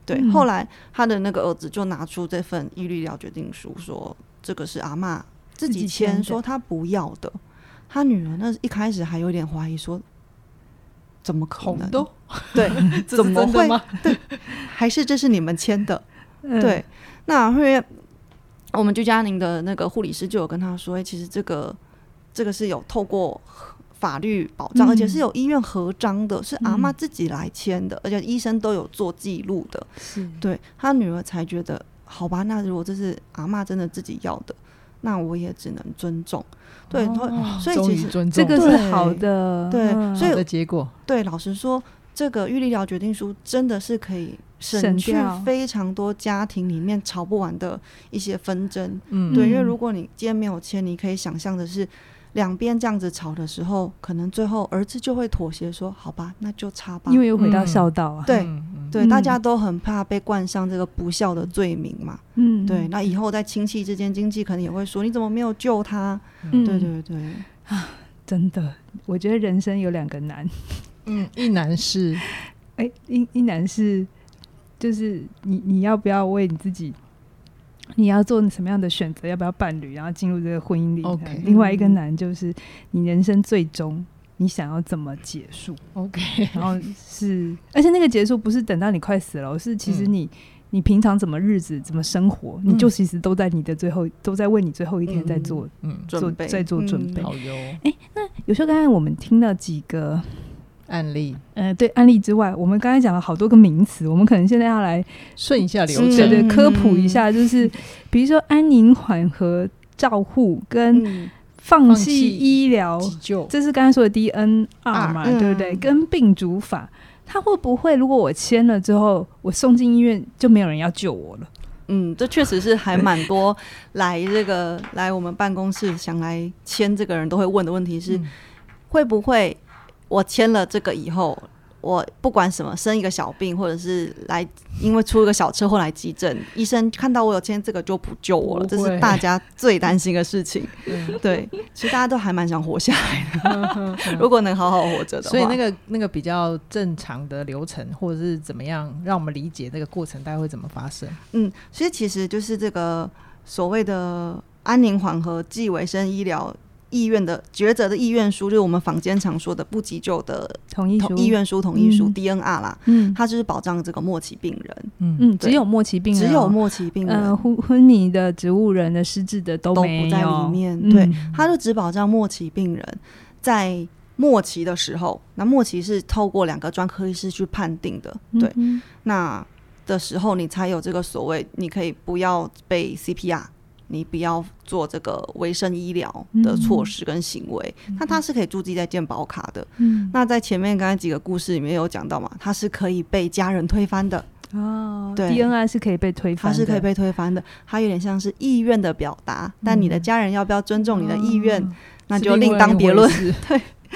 Speaker 3: 对，
Speaker 2: 嗯
Speaker 3: 后来他的那个儿子就拿出这份医律疗决定书，说这个是阿嬷自
Speaker 2: 自己
Speaker 3: 己
Speaker 2: 签的
Speaker 3: 签，说他不要的。他女儿那一开始还有点怀疑说，怎么可能？
Speaker 1: 都
Speaker 3: 对，
Speaker 1: 这
Speaker 3: 怎
Speaker 1: 是
Speaker 3: 么
Speaker 1: 真的
Speaker 3: 会？
Speaker 1: 吗？
Speaker 3: 还是这是你们签的？
Speaker 2: 嗯，
Speaker 3: 对，那会我们居家宁的那个护理师就有跟他说，欸其实这个这个是有透过法律保障，
Speaker 2: 嗯
Speaker 3: 而且是有医院合章的，是阿妈
Speaker 2: 嗯
Speaker 3: 自己来签的，而且医生都有做记录的。
Speaker 2: 是，
Speaker 3: 对他女儿才觉得，好吧，那如果这是阿妈真的自己要的，那我也只能尊重。对，
Speaker 2: 哦
Speaker 3: 所以
Speaker 1: 终
Speaker 3: 其
Speaker 1: 于
Speaker 3: 实
Speaker 1: 尊重
Speaker 2: 这个
Speaker 1: 了
Speaker 2: 是好的，
Speaker 3: 对
Speaker 2: 嗯
Speaker 3: 所以
Speaker 1: 好的结果，
Speaker 3: 对，老实说，这个预立疗决定书真的是可以省
Speaker 2: 省
Speaker 3: 去
Speaker 2: 掉
Speaker 3: 非常多家庭里面吵不完的一些纷争。
Speaker 1: 嗯，
Speaker 3: 对，
Speaker 2: 嗯
Speaker 3: 因为如果你今天没有签，你可以想象的是，两边这样子吵的时候，可能最后儿子就会妥协说：“好吧，那就差吧。”
Speaker 2: 因为又回到孝道啊。
Speaker 3: 对
Speaker 1: 嗯
Speaker 3: 对，
Speaker 2: 嗯
Speaker 3: 大家都很怕被冠上这个不孝的罪名嘛。
Speaker 2: 嗯，
Speaker 3: 对，那以后在亲戚之间，经济可能也会说：“你怎么没有救他？”
Speaker 2: 嗯，
Speaker 3: 对对对，
Speaker 2: 真的，我觉得人生有两个难，
Speaker 1: 嗯，一男是
Speaker 2: 哎、一一难是就是你你要不要为你自己，你要做什么样的选择，要不要伴侣，然后进入这个婚姻里。
Speaker 1: OK 嗯
Speaker 2: 另外一个难就是你人生最终你想要怎么结束，
Speaker 1: OK，
Speaker 2: 然后是，而且那个结束不是等到你快死了哦，是其实
Speaker 1: 嗯
Speaker 2: 你。你平常怎么日子怎么生活，你就其实都在你的最后，都在为你最后一天在做。
Speaker 1: 嗯，
Speaker 2: 做
Speaker 3: 准备嗯
Speaker 2: 在做准备
Speaker 1: 好哟，
Speaker 2: 有时候刚才我们听到几个
Speaker 1: 案例
Speaker 2: 呃，对案例之外，我们刚才讲了好多个名词，我们可能现在要来
Speaker 1: 顺一下流
Speaker 3: 是
Speaker 2: 对
Speaker 1: 程，
Speaker 2: 对
Speaker 3: 嗯
Speaker 2: 科普一下，就是比如说安宁缓和照护跟
Speaker 3: 嗯
Speaker 2: 放
Speaker 1: 放
Speaker 2: 弃
Speaker 1: 弃
Speaker 2: 医疗，
Speaker 1: 急救，
Speaker 2: 这是刚才说的 DNR 嘛，
Speaker 3: 嗯
Speaker 2: 对不对？跟病主法，它会不会如果我签了之后，我送进医院就没有人要救我了？
Speaker 3: 嗯，这确实是还蛮多来这个 来我们办公室想来签这个人都会问的问题是，
Speaker 1: 嗯
Speaker 3: 会不会我签了这个以后，我不管什么生一个小病，或者是来因为出一个小车祸来急诊，医生看到我有签这个就不救我了，
Speaker 1: 不
Speaker 3: 这
Speaker 1: 会
Speaker 3: 是大家最担心的事情。
Speaker 1: 嗯
Speaker 3: 对，其实大家都还蛮想活下来的，
Speaker 1: 嗯
Speaker 3: 如果能好好活着的话。
Speaker 1: 所以那个那个比较正常的流程，或者是怎么样，让我们理解那个过程大概会怎么发生。
Speaker 3: 嗯，所以其实就是这个所谓的安宁缓和暨维生医疗意愿的抉择的意愿书，就是我们坊间常说的不急救的
Speaker 2: 同意书
Speaker 3: 同意，愿书、同意书、
Speaker 2: 嗯
Speaker 3: DNR 啦，
Speaker 2: 嗯
Speaker 3: 它就是保障这个末期病人，
Speaker 1: 嗯
Speaker 2: 嗯，只有末期病人哦，
Speaker 3: 只有末期病人。
Speaker 2: 呃昏昏迷的、植物人的、失智的都
Speaker 3: 都
Speaker 2: 没
Speaker 3: 不在里
Speaker 2: 有
Speaker 3: 面
Speaker 2: 嗯
Speaker 3: 对它就只保障末期病人在末期的时候，那末期是透过两个专科医师去判定的，对，
Speaker 2: 嗯
Speaker 3: 那的时候，你才有这个所谓，你可以不要被 CPR，你不要做这个卫生医疗的措施跟行为。
Speaker 1: 嗯
Speaker 3: 那它是可以注记在健保卡的。
Speaker 2: 嗯
Speaker 3: 那在前面刚才几个故事里面有讲到嘛，它是可以被家人推翻的，
Speaker 2: 哦，
Speaker 3: 对
Speaker 2: d n r 是可以被推翻
Speaker 3: 它
Speaker 2: 的，
Speaker 3: 是可以被推翻的。它有点像是意愿的表达，但你的
Speaker 1: 嗯
Speaker 3: 家人要不要尊重你的意愿，
Speaker 2: 哦
Speaker 3: 那
Speaker 1: 是
Speaker 3: 就
Speaker 1: 另
Speaker 3: 另
Speaker 1: 外
Speaker 3: 当
Speaker 1: 一
Speaker 3: 别
Speaker 1: 回
Speaker 3: 论，
Speaker 1: 事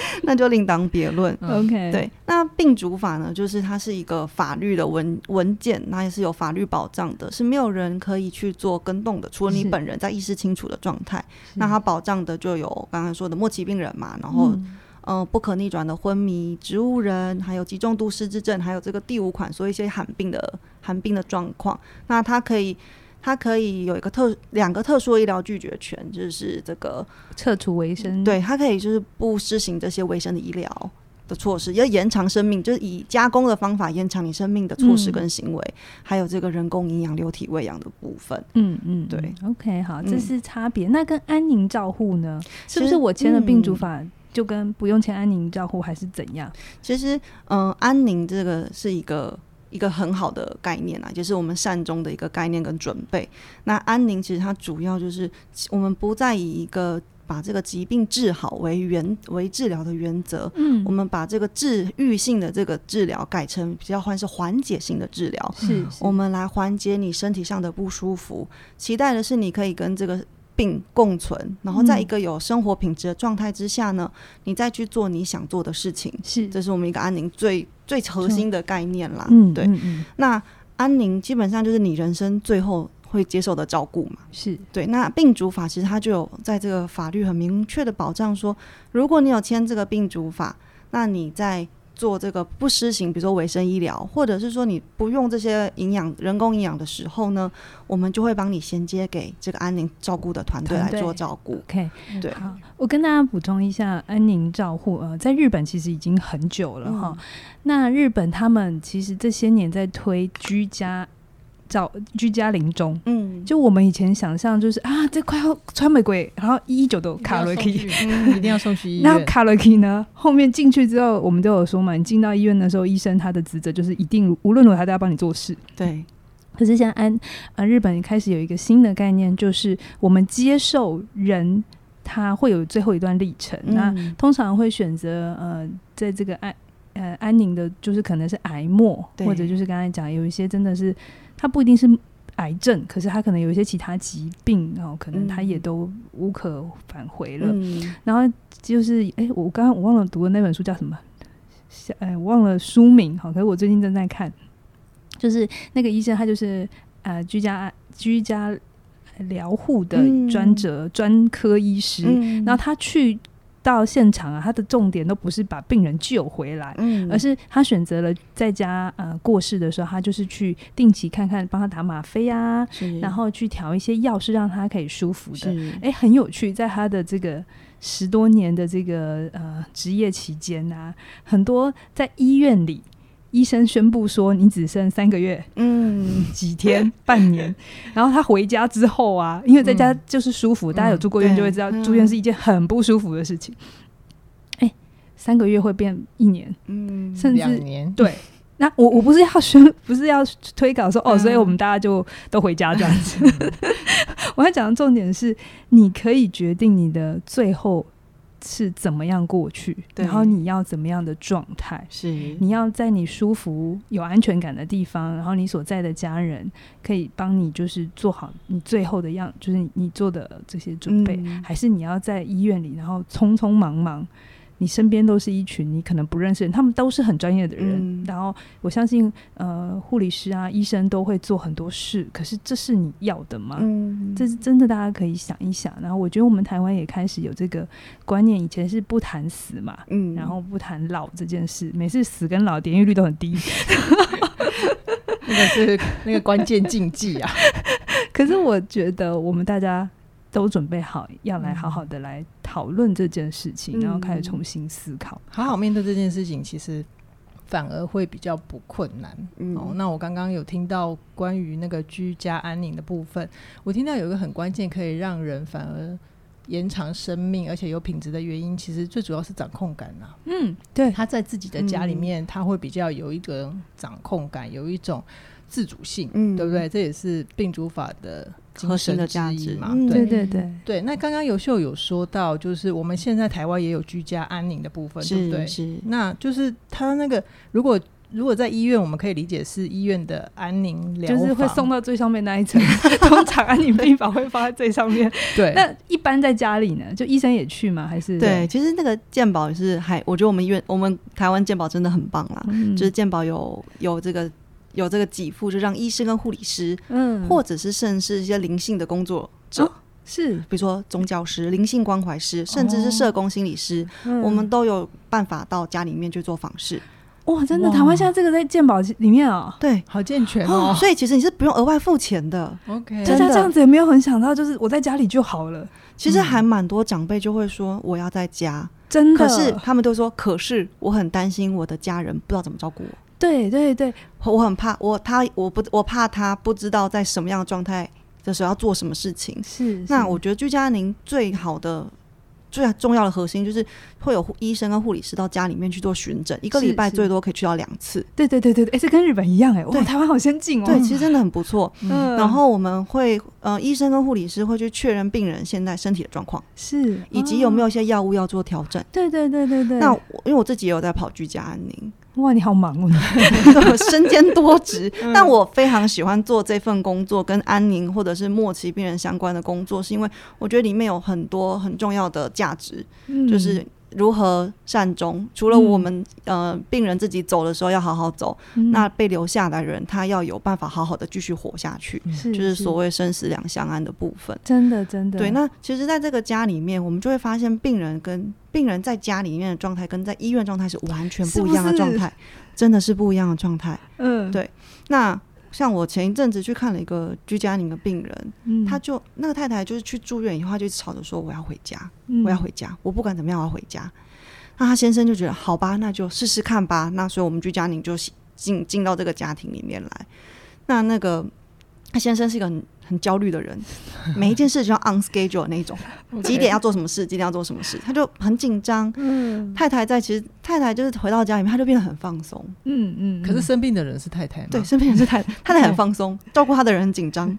Speaker 3: 那就另当别论。
Speaker 1: 嗯
Speaker 2: 哦 OK，，
Speaker 3: 对，那病主法呢，就是它是一个法律的文文件，那也是有法律保障的，是没有人可以去做跟动的，除了你
Speaker 2: 是
Speaker 3: 本人在意识清楚的状态。那它保障的就有刚才说的末期病人嘛，然后
Speaker 2: 嗯
Speaker 3: 嗯、呃不可逆转的昏迷、植物人，还有极重度失智症，还有这个第五款，说一些罕病的罕病的状况，那它可以。它可以有一个特两个特殊的医疗拒绝权，就是这个
Speaker 2: 撤除维生，
Speaker 3: 对，它可以就是不施行这些卫生的医疗的措施，要延长生命，就是以加工的方法延长你生命的措施
Speaker 2: 嗯
Speaker 3: 跟行为，还有这个人工营养流体喂养的部分。
Speaker 2: 嗯，嗯嗯，
Speaker 3: 对
Speaker 2: ，OK，好，
Speaker 3: 嗯
Speaker 2: 这是差别。那跟安宁照护呢，是
Speaker 3: 其
Speaker 2: 不是
Speaker 3: 实
Speaker 2: 我签了病主
Speaker 3: 嗯
Speaker 2: 法就跟不用签安宁照护还是怎样？
Speaker 3: 其实，嗯、安宁这个是一个一个很好的概念啊，就是我们善终的一个概念跟准备。那安宁其实它主要就是我们不再以一个把这个疾病治好为原为治疗的原则。
Speaker 2: 嗯
Speaker 3: 我们把这个治愈性的这个治疗改成比较换是缓解性的治疗，
Speaker 2: 是
Speaker 3: 我们来缓解你身体上的不舒服，期待的是你可以跟这个病共存，然后在一
Speaker 2: 嗯
Speaker 3: 个有生活品质的状态之下呢，你再去做你想做的事情。
Speaker 2: 是
Speaker 3: 这是我们一个安宁最最核心的概念啦。
Speaker 2: 嗯，
Speaker 3: 对。
Speaker 2: 嗯嗯
Speaker 3: 那安宁基本上就是你人生最后会接受的照顾嘛。
Speaker 2: 是
Speaker 3: 对，那病主法其实它就有在这个法律很明确的保障说，如果你有签这个病主法，那你在做这个不施行，比如说卫生医疗，或者是说你不用这些营养人工营养的时候呢，我们就会帮你衔接给这个安宁照顾的团队
Speaker 2: 团
Speaker 3: 来
Speaker 2: 队
Speaker 3: 做照顾。
Speaker 2: OK，
Speaker 3: 对
Speaker 2: 好，我跟大家补充一下，安宁照护呃，在日本其实已经很久
Speaker 3: 嗯
Speaker 2: 了哈。那日本他们其实这些年在推居家照居家临终。
Speaker 3: 嗯，
Speaker 2: 就我们以前想象，就是啊，这快要穿玫瑰，然后一一九都卡嗯瑞克，
Speaker 1: 以，一定要送去医
Speaker 2: 那
Speaker 1: 院。
Speaker 2: 卡洛基呢？后面进去之后，我们都有说嘛，你进到医院的时候，医生他的职责就是一定无论如何他都要帮你做事。
Speaker 3: 对，
Speaker 2: 可是现在安呃日本开始有一个新的概念，就是我们接受人他会有最后一段历程。那
Speaker 3: 嗯
Speaker 2: 通常会选择呃在这个安呃安宁的，就是可能是癌末，
Speaker 3: 对
Speaker 2: 或者就是刚才讲有一些真的是，它不一定是癌症，可是它可能有一些其他疾病，然、后可能它也
Speaker 3: 嗯
Speaker 2: 都无可返回了。
Speaker 3: 嗯，
Speaker 2: 然后就是，哎、我刚刚我忘了读的那本书叫什么，下哎、我忘了书名，好，可是我最近正在看，就是那个医生，他就是呃居家居家疗护的
Speaker 3: 嗯
Speaker 2: 专责专、科医师，
Speaker 3: 嗯
Speaker 2: 然后他去到现场啊，他的重点都不是把病人救回来。
Speaker 3: 嗯
Speaker 2: 而是他选择了在家呃过世的时候，他就是去定期看看，帮他打吗啡啊，
Speaker 3: 是
Speaker 2: 然后去调一些药，是让他可以舒服的。
Speaker 3: 是
Speaker 2: 哎，很有趣，在他的这个十多年的这个呃职业期间啊，很多在医院里，医生宣布说你只剩三个月、
Speaker 3: 嗯
Speaker 2: 几天、半年，然后他回家之后啊，因为在家
Speaker 1: 嗯
Speaker 2: 就是舒服，大家有住过院
Speaker 3: 对
Speaker 2: 就会知道，
Speaker 3: 嗯
Speaker 2: 住院是一件很不舒服的事情。哎，三个月会变一年，
Speaker 3: 嗯
Speaker 2: 甚
Speaker 1: 两
Speaker 2: 至
Speaker 1: 年，
Speaker 2: 对。那我我不是要宣，不是要推稿说哦，
Speaker 3: 嗯
Speaker 2: 所以我们大家就都回家这样子。 我要讲的重点是，你可以决定你的最后是怎么样过去，
Speaker 3: 对
Speaker 2: 然后你要怎么样的状态。
Speaker 3: 是
Speaker 2: 你要在你舒服、有安全感的地方，然后你所在的家人可以帮你，就是做好你最后的样，就是你你做的这些准备，
Speaker 3: 嗯
Speaker 2: 还是你要在医院里，然后匆匆忙忙，你身边都是一群你可能不认识的人，他们都是很专业的人，
Speaker 3: 嗯
Speaker 2: 然后我相信，呃，护理师啊、医生都会做很多事，可是这是你要的吗？
Speaker 3: 嗯
Speaker 2: 这是真的，大家可以想一想。然后我觉得我们台湾也开始有这个观念，以前是不谈死嘛，
Speaker 3: 嗯
Speaker 2: 然后不谈老这件事，每次死跟老点阅率都很低。
Speaker 1: 那个是那个关键禁忌啊。
Speaker 2: 可是我觉得我们大家都准备好要来好好的来讨论这件事情，
Speaker 3: 嗯
Speaker 2: 然后开始重新思考。
Speaker 1: 好好面对这件事情，其实反而会比较不困难。哦，
Speaker 3: 嗯
Speaker 1: 那我刚刚有听到关于那个居家安宁的部分，我听到有一个很关键，可以让人反而延长生命，而且有品质的原因，其实最主要是掌控感呐、
Speaker 2: 嗯，对，
Speaker 1: 他在自己的家里面，
Speaker 3: 嗯
Speaker 1: 他会比较有一个掌控感，有一种自主性，
Speaker 3: 嗯
Speaker 1: 对不对？这也是病主法的精
Speaker 3: 核
Speaker 1: 神
Speaker 3: 心的价
Speaker 1: 之一
Speaker 3: 值
Speaker 1: 嘛，
Speaker 3: 嗯
Speaker 1: 对
Speaker 2: 对对对，
Speaker 1: 对，那刚刚尤秀有说到，就是我们现在台湾也有居家安宁的部分，对不对嗯
Speaker 3: 是？是
Speaker 1: 那就是他那个，如果如果在医院，我们可以理解是医院的安宁疗
Speaker 2: 就
Speaker 1: 法，
Speaker 2: 是会送到最上面那一层， 通常啊安宁病房会放在最上面。
Speaker 1: 对，
Speaker 2: 那一般在家里呢，就医生也去吗？还是
Speaker 3: 对，，其实那个健保也是还，我觉得我们医院我们台湾健保真的很棒啦，
Speaker 2: 嗯
Speaker 3: 就是健保有有这个有这个给付，就让医师跟护理师，
Speaker 2: 嗯，
Speaker 3: 或者是甚至一些灵性的工作者，
Speaker 2: 哦是
Speaker 3: 比如说宗教师、灵性关怀师，甚至是社工心理师，
Speaker 2: 嗯
Speaker 3: 我们都有办法到家里面去做访视。
Speaker 2: 哇，真的，
Speaker 1: 哇
Speaker 2: 台湾现在这个在健保里面哦，
Speaker 3: 对，
Speaker 1: 好健全哦。
Speaker 3: 所以其实你是不用额外付钱的。
Speaker 1: OK，
Speaker 2: 大
Speaker 3: 哦真
Speaker 2: 家
Speaker 3: 的
Speaker 2: 这样子也没有很想到，就是我在家里就好了，
Speaker 3: 其实还蛮多长辈就会说我要在家，
Speaker 2: 真的。
Speaker 3: 可是他们都说，可是我很担心我的家人不知道怎么照顾我。
Speaker 2: 对对对，
Speaker 3: 我很怕我他我不我怕他不知道在什么样的状态的时候要做什么事情。
Speaker 2: 是。是
Speaker 3: 那我觉得居家安宁最好的。最重要的核心就是会有护医生跟护理师到家里面去做巡诊，一个
Speaker 2: 是
Speaker 3: 礼拜
Speaker 2: 是
Speaker 3: 最多可以去到两次。
Speaker 2: 对对对对对，哎，这跟日本一样哎，哇，
Speaker 3: 对
Speaker 2: 台湾好先进哦。
Speaker 3: 对，其实真的很不错。
Speaker 1: 嗯，
Speaker 2: 嗯，
Speaker 3: 然后我们会呃，医生跟护理师会去确认病人现在身体的状况，
Speaker 2: 是
Speaker 3: 以及有没
Speaker 2: 有？
Speaker 3: 有一些药物要做调整。
Speaker 2: 对对对哦对对。
Speaker 3: 那我因为我自己也有在跑居家安宁，
Speaker 2: 哇，你好忙哦，
Speaker 3: 我 身兼多 职，
Speaker 2: 嗯
Speaker 3: 但我非常喜欢做这份工作，跟安宁或者是末期病人相关的工作，是因为我觉得里面有很多很重要的价值，
Speaker 2: 嗯
Speaker 3: 就是如何善终。除了
Speaker 2: 嗯
Speaker 3: 我们、呃病人自己走的时候要好好走，
Speaker 2: 嗯
Speaker 3: 那被留下的人他要有办法好好的继续活下去，
Speaker 2: 是
Speaker 3: 就是所谓生死两相安的部分。
Speaker 2: 真的真的
Speaker 3: 对，那其实，在这个家里面，我们就会发现，病人跟病人在家里面的状态，跟在医院状态是完全
Speaker 2: 是
Speaker 3: 不
Speaker 2: 不
Speaker 3: 一样的
Speaker 2: 是
Speaker 3: 状态，真的是不一样的状态。
Speaker 2: 嗯
Speaker 3: 对那像我前一阵子去看了一个居家安宁的病人，
Speaker 2: 嗯
Speaker 3: 他就那个太太就是去住院以后，她就一直吵着说我要回家，
Speaker 2: 嗯
Speaker 3: 我要回家，我不管怎么样我要回家。那她先生就觉得好吧，那就试试看吧。那所以我们居家安宁就进进到这个家庭里面来。那那个他先生是一个很很焦虑的人，每一件事就要 on schedule 的那 种，几点要做什么事，几点要做什么事，他就很紧张。
Speaker 2: 嗯
Speaker 3: 太太在其实太太就是回到家里面，她就变得很放松。
Speaker 2: 嗯嗯，
Speaker 1: 可是生病的人是太太吗？
Speaker 3: 对，身边人是 太太，太太很放松，照顾她的人很紧张。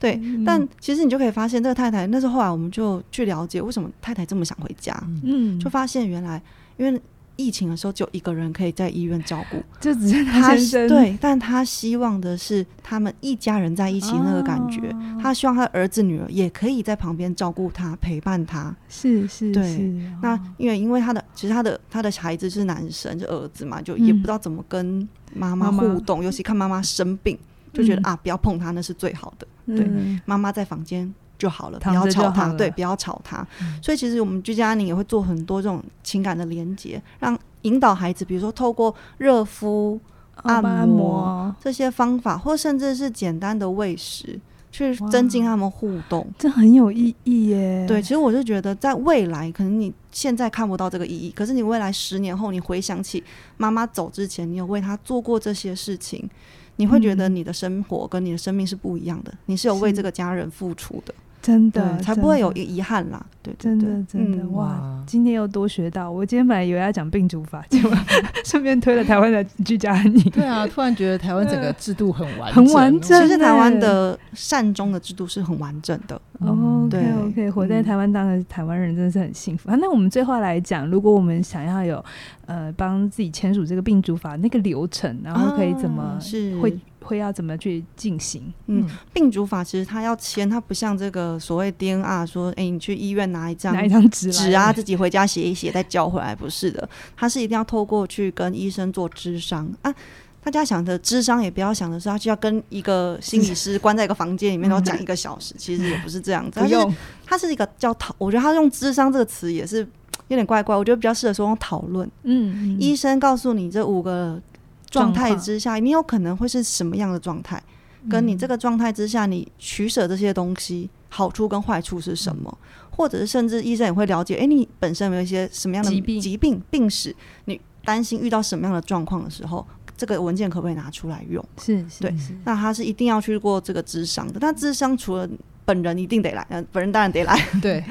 Speaker 3: 对，
Speaker 2: 嗯
Speaker 3: 但其实你就可以发现，这个太太那时候后来我们就去了解为什么太太这么想回家，
Speaker 1: 嗯，
Speaker 2: 嗯
Speaker 3: 就发现原来因为疫情的时候只有一个人可以在医院照 顾，
Speaker 2: 就只是
Speaker 3: 他
Speaker 2: 先生
Speaker 3: 对，但他希望的是他们一家人在一起那个感觉，
Speaker 2: 哦
Speaker 3: 他希望他的儿子女儿也可以在旁边照顾他、陪伴他。
Speaker 2: 是是
Speaker 3: 对
Speaker 2: 是，
Speaker 3: 那
Speaker 2: 哦
Speaker 3: 因为因为他的其实他的他的孩子是男生，就儿子嘛，就也
Speaker 2: 嗯
Speaker 3: 不知道怎么跟妈妈
Speaker 2: 妈妈
Speaker 3: 互动，尤其看妈妈生病，就觉得、
Speaker 2: 嗯
Speaker 3: 啊不要碰他那是最好的。对
Speaker 2: 嗯
Speaker 3: 妈妈在房间就好了，不
Speaker 2: 躺着
Speaker 3: 要
Speaker 2: 就
Speaker 3: 吵
Speaker 2: 好
Speaker 3: 她，
Speaker 2: 了
Speaker 3: 对，不要吵她。
Speaker 1: 嗯
Speaker 3: 所以其实我们居家安宁也会做很多这种情感的连接，让引导孩子，比如说透过热敷
Speaker 2: 按
Speaker 3: 按
Speaker 2: 摩按
Speaker 3: 摩
Speaker 2: 摩，
Speaker 3: 这些方法，或甚至是简单的喂食，去
Speaker 2: 哇
Speaker 3: 增进他们互动。
Speaker 2: 这很有意义耶。
Speaker 3: 对，其实我就觉得，在未来，可能你现在看不到这个意义，可是你未来十年后，你回想起妈妈走之前，你有为她做过这些事情，你会觉得
Speaker 2: 嗯
Speaker 3: 你的生活跟你的生命是不一样的，你是有为
Speaker 2: 是
Speaker 3: 这个家人付出的。
Speaker 2: 真的
Speaker 3: 对，才不会有遗遗憾啦。对，对
Speaker 2: 真的
Speaker 3: 对
Speaker 2: 真的
Speaker 3: 嗯
Speaker 2: 哇。今天又多学到，我今天本来以为要讲病主 法，结果顺便推了台湾的居家安宁。
Speaker 1: 对啊，突然觉得台湾整个制度很完
Speaker 2: 很完
Speaker 1: 整
Speaker 2: 整
Speaker 1: 哦，
Speaker 3: 其实台湾
Speaker 2: 真
Speaker 3: 的善终的制度是很完整的。
Speaker 1: 嗯
Speaker 2: OK OK，活哦在
Speaker 3: 嗯
Speaker 2: 台湾当个台湾人真的是很幸福、啊。那我们最后来讲，如果我们想要有呃帮自己签署这个病主法那个流程，然后可以怎么、
Speaker 3: 啊是
Speaker 2: 呃会会要怎么去进行？
Speaker 1: 嗯
Speaker 3: 嗯，病主法其实它要签，它不像这个所谓 DNR 说，哎、你去医院拿一张
Speaker 2: 拿一张纸来
Speaker 3: 纸啊，自己回家写一写再交回来，不是的，它是一定要透过去跟医生做智商啊。大家想的智商也不要想的是，他就要跟一个心理师关在一个房间里面，然后讲一个小时，其实也不是这样 子，
Speaker 2: 嗯不
Speaker 3: 它是
Speaker 2: 用
Speaker 3: 它是一个叫讨，我觉得他用智商这个词也是有点怪怪，我觉得比较适合说用讨论。
Speaker 2: 嗯嗯
Speaker 3: 医生告诉你这五个状态之下，你有可能会是什么样的状态，跟
Speaker 2: 嗯
Speaker 3: 你这个状态之下，你取舍这些东西好处跟坏处是
Speaker 2: 嗯
Speaker 3: 什么，或者是甚至医生也会了解，诶，你本身有没有一些什么样的
Speaker 2: 疾病
Speaker 3: 疾病病史，你担心遇到什么样的状况的时候，这个文件可不可以拿出来用？
Speaker 2: 是是
Speaker 3: 对
Speaker 2: 是
Speaker 3: 那他是一定要去过这个智商的，那智商除了本人一定得来，呃，本人当然得来，
Speaker 1: 对，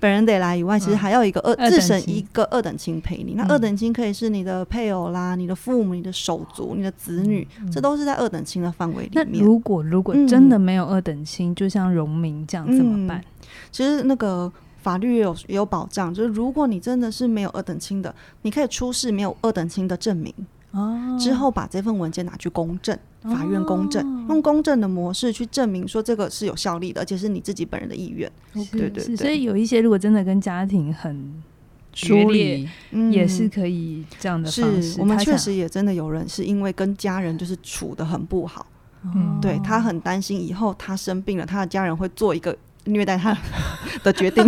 Speaker 3: 本人得来以外，其实
Speaker 1: 嗯
Speaker 3: 还要一个二、
Speaker 2: 二等
Speaker 3: 自
Speaker 2: 亲
Speaker 3: 审一个二等亲陪你。那
Speaker 1: 嗯
Speaker 3: 二等亲可以是你的配偶啦、你的父母、你的手足、你的子女，这都是在二等亲的范围
Speaker 2: 嗯那
Speaker 3: 里面。
Speaker 2: 如果如果
Speaker 3: 嗯
Speaker 2: 真的没有二等亲，就像荣民这样怎么办？
Speaker 3: 其实那个法律也有也有保障，就是如果你真的是没有二等亲的，你可以出示没有二等亲的证明，
Speaker 2: 哦
Speaker 3: 之后把这份文件拿去公证，法院公证，
Speaker 2: 哦
Speaker 3: 用公证的模式去证明说这个是有效力的，而且是你自己本人的意愿。
Speaker 2: 是
Speaker 3: 对对
Speaker 2: 是
Speaker 3: 对
Speaker 2: 所以有一些如果真的跟家庭很
Speaker 1: 疏
Speaker 2: 决裂
Speaker 1: 离，
Speaker 3: 嗯
Speaker 2: 也是可以这样的
Speaker 3: 是
Speaker 2: 方式。
Speaker 3: 我们
Speaker 2: 他
Speaker 3: 确
Speaker 2: 想
Speaker 3: 实也真的有人是因为跟家人就是处的很不好。
Speaker 2: 哦
Speaker 1: 嗯
Speaker 3: 对他很担心以后他生病了，他的家人会做一个虐待他的决定。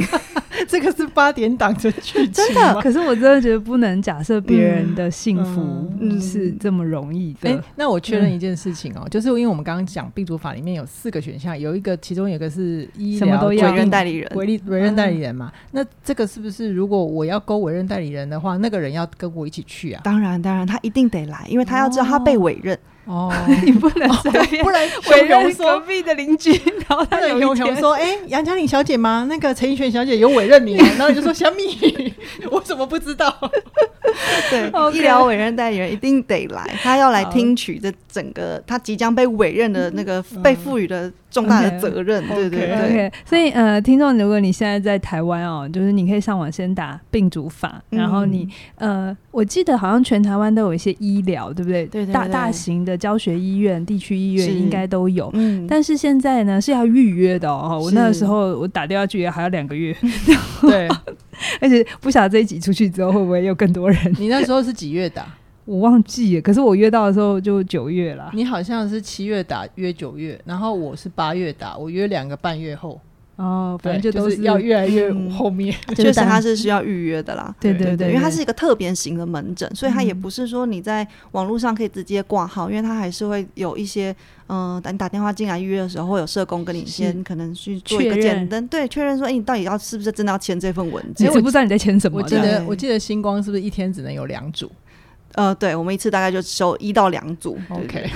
Speaker 1: 这个是八点档的剧情，
Speaker 3: 真的。
Speaker 2: 可是我真的觉得不能假设别人的幸福
Speaker 1: 嗯
Speaker 3: 嗯
Speaker 2: 是这么容易
Speaker 1: 哎、
Speaker 2: 的。
Speaker 1: 那我确认
Speaker 2: 嗯
Speaker 1: 一件事情哦，就是因为我们刚刚讲病主法里面有四个选项，有一个其中有一个是医
Speaker 2: 什么
Speaker 1: 疗
Speaker 2: 都要
Speaker 1: 规
Speaker 3: 委
Speaker 1: 定
Speaker 3: 任代理人，
Speaker 1: 委任委任代理人嘛。那这个是不是如果我要勾委任代理人的话，那个人要跟我一起去啊？
Speaker 3: 当然当然，他一定得来，因为他要知道他被委任。
Speaker 1: 哦，
Speaker 2: 你不能随便
Speaker 1: 不 然
Speaker 2: 委
Speaker 1: 熊
Speaker 2: 任
Speaker 1: 熊
Speaker 2: 隔
Speaker 1: 说。
Speaker 2: 壁的邻居，然后
Speaker 1: 那
Speaker 2: 他
Speaker 1: 个
Speaker 2: 有
Speaker 1: 熊
Speaker 2: 一
Speaker 1: 熊
Speaker 2: 天
Speaker 1: 说：“哎、杨嘉玲小姐吗？那个陈奕迅小姐有委任 你啊，然后你就说：“小米，我怎么不知道？”
Speaker 3: 对
Speaker 2: OK
Speaker 3: 医疗委任代理人一定得来，他要来听取这整个他即将被委任的那个被赋予的重大的责任。对对
Speaker 1: OK
Speaker 3: 对，
Speaker 2: 嗯 OK，所以呃，听众，如果你现在在台湾哦，就是你可以上网先打病主法，
Speaker 3: 嗯
Speaker 2: 然后你呃，我记得好像全台湾都有一些医疗，对不对？
Speaker 3: 对对对
Speaker 2: 大大型的教学医院、地区医院
Speaker 3: 是
Speaker 2: 应该都有。
Speaker 3: 嗯，
Speaker 2: 但是现在呢是要预约的哦，我
Speaker 3: 是
Speaker 2: 那个时候我打电话去约还要两个月，
Speaker 1: 对
Speaker 2: 而且不晓得这一集出去之后会不会有更多人，
Speaker 1: 你那时候是几月打？
Speaker 2: 我忘记了。可是我约到的时候就九月
Speaker 3: 嗯
Speaker 2: 了，
Speaker 1: 你好像是七月打约九月，然后我是八月打，我约两个半月后，
Speaker 2: 哦，反
Speaker 1: 对，
Speaker 2: 正就都
Speaker 1: 是要越来越
Speaker 3: 嗯
Speaker 1: 后面。
Speaker 3: 确实他是需要预约的啦。
Speaker 2: 对
Speaker 1: 对
Speaker 3: 对
Speaker 2: 对对，
Speaker 3: 因为它
Speaker 2: 对
Speaker 3: 是一个特别型的门诊，所以它也
Speaker 2: 嗯
Speaker 3: 不是说你在网络上可以直接挂号，因为它还是会有一些，嗯、打你打电话进来预约的时候，会有社工跟你先可能去做一个
Speaker 2: 确认
Speaker 3: 简单对确认说，哎、你到底要是不是真的要签这份文
Speaker 2: 你
Speaker 3: 件？
Speaker 2: 知不知道你在签什么
Speaker 1: 我
Speaker 2: 的？
Speaker 1: 记
Speaker 3: 对
Speaker 1: 得我记得星光是不是一天只能有两组
Speaker 3: 呃，对，我们一次大概就收一到两 组对对
Speaker 1: ？OK，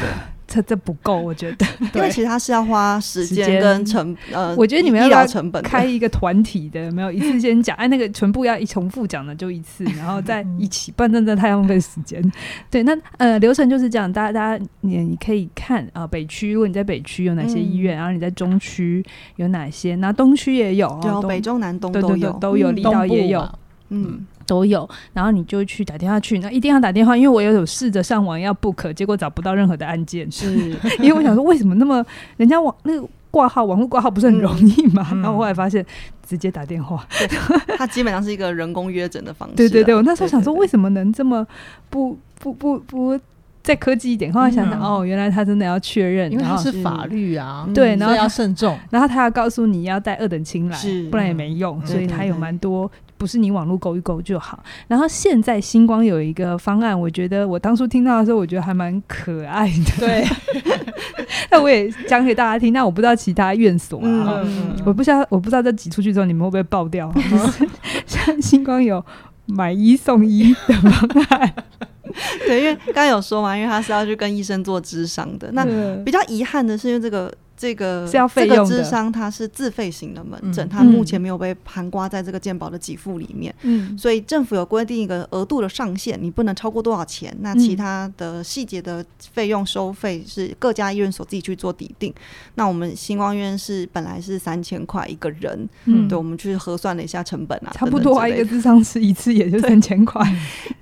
Speaker 2: 这这不够，我觉得。
Speaker 3: 因为
Speaker 1: 对
Speaker 3: 其实它是要花时
Speaker 2: 时间
Speaker 3: 间跟成呃，
Speaker 2: 我觉得你们要
Speaker 3: 医
Speaker 2: 不要
Speaker 3: 疗成本的
Speaker 2: 开一个团体的，有没有一次先讲，哎，那个全部要一重复讲的就一次，然后再一起，不然真的太浪费时间。对，那呃流程就是这样，大家大家你你可以看啊、北区，如果你在北区有哪些医
Speaker 3: 嗯
Speaker 2: 院，然后你在中区有哪些，那东区也有，
Speaker 3: 对哦，
Speaker 2: 东
Speaker 3: 北中南东
Speaker 2: 对
Speaker 3: 都
Speaker 2: 对对
Speaker 3: 有
Speaker 2: 都有，
Speaker 3: 嗯
Speaker 2: 离岛
Speaker 1: 东部
Speaker 2: 也有，
Speaker 1: 嘛
Speaker 3: 嗯，
Speaker 2: 都有，然后你就去打电话去，那一定要打电话，因为我也有试着上网要 book，结果找不到任何的案 件，
Speaker 3: 是，
Speaker 2: 因为我想说为什么那么人家网那个挂号网络挂号不是很容易嘛，
Speaker 1: 嗯
Speaker 2: 然后我后来发现直接打电话，
Speaker 3: 它基本上是一个人工约诊的方式啊。
Speaker 2: 对 对对，我那时候想说
Speaker 3: 对对
Speaker 2: 为什么能这么不不不不再科技一点，后来想想、
Speaker 1: 嗯
Speaker 2: 哦，原来他真的要确认，
Speaker 1: 因为
Speaker 2: 然
Speaker 1: 它
Speaker 2: 后
Speaker 1: 是法律啊，
Speaker 2: 对
Speaker 1: 所
Speaker 2: 然
Speaker 1: 以
Speaker 2: 后
Speaker 1: 要慎重。
Speaker 2: 然后他要告诉你要带二等亲来
Speaker 3: 是，
Speaker 2: 不然也没用，
Speaker 1: 嗯
Speaker 2: 所以
Speaker 3: 对
Speaker 2: 他
Speaker 3: 对
Speaker 2: 有
Speaker 3: 对
Speaker 2: 蛮多。不是你网络勾一勾就好。然后现在星光有一个方案，我觉得我当初听到的时候，我觉得还蛮可爱的。
Speaker 1: 对，
Speaker 2: 那我也讲给大家听。那我不知道其他院所啊，
Speaker 3: 嗯
Speaker 2: 哈
Speaker 1: 嗯
Speaker 2: 我不知道我不知道这挤出去之后你们会不会爆掉。啊就是像星光有买一送一的方案，
Speaker 3: 对，因为刚刚有说嘛，因为他是要去跟医生做智商的。那
Speaker 2: 对
Speaker 3: 比较遗憾的是，因为这个这个
Speaker 2: 是要费用的
Speaker 3: 这个智商它是自费型的门诊，
Speaker 1: 嗯
Speaker 3: 它目前没有被盘刮在这个健保的给付里面，
Speaker 2: 嗯
Speaker 3: 所以政府有规定一个额度的上限，你不能超过多少钱。那
Speaker 2: 嗯
Speaker 3: 其他的细节的费用收费是各家医院所自己去做底定。那我们星光医院是本来是三千块一个人，
Speaker 2: 嗯
Speaker 3: 对，我们去核算了一下成本啊，
Speaker 2: 差不
Speaker 3: 等
Speaker 2: 多
Speaker 3: 等
Speaker 2: 啊，
Speaker 3: 之
Speaker 2: 一
Speaker 3: 类的
Speaker 2: 个智商是一次也就三千 块。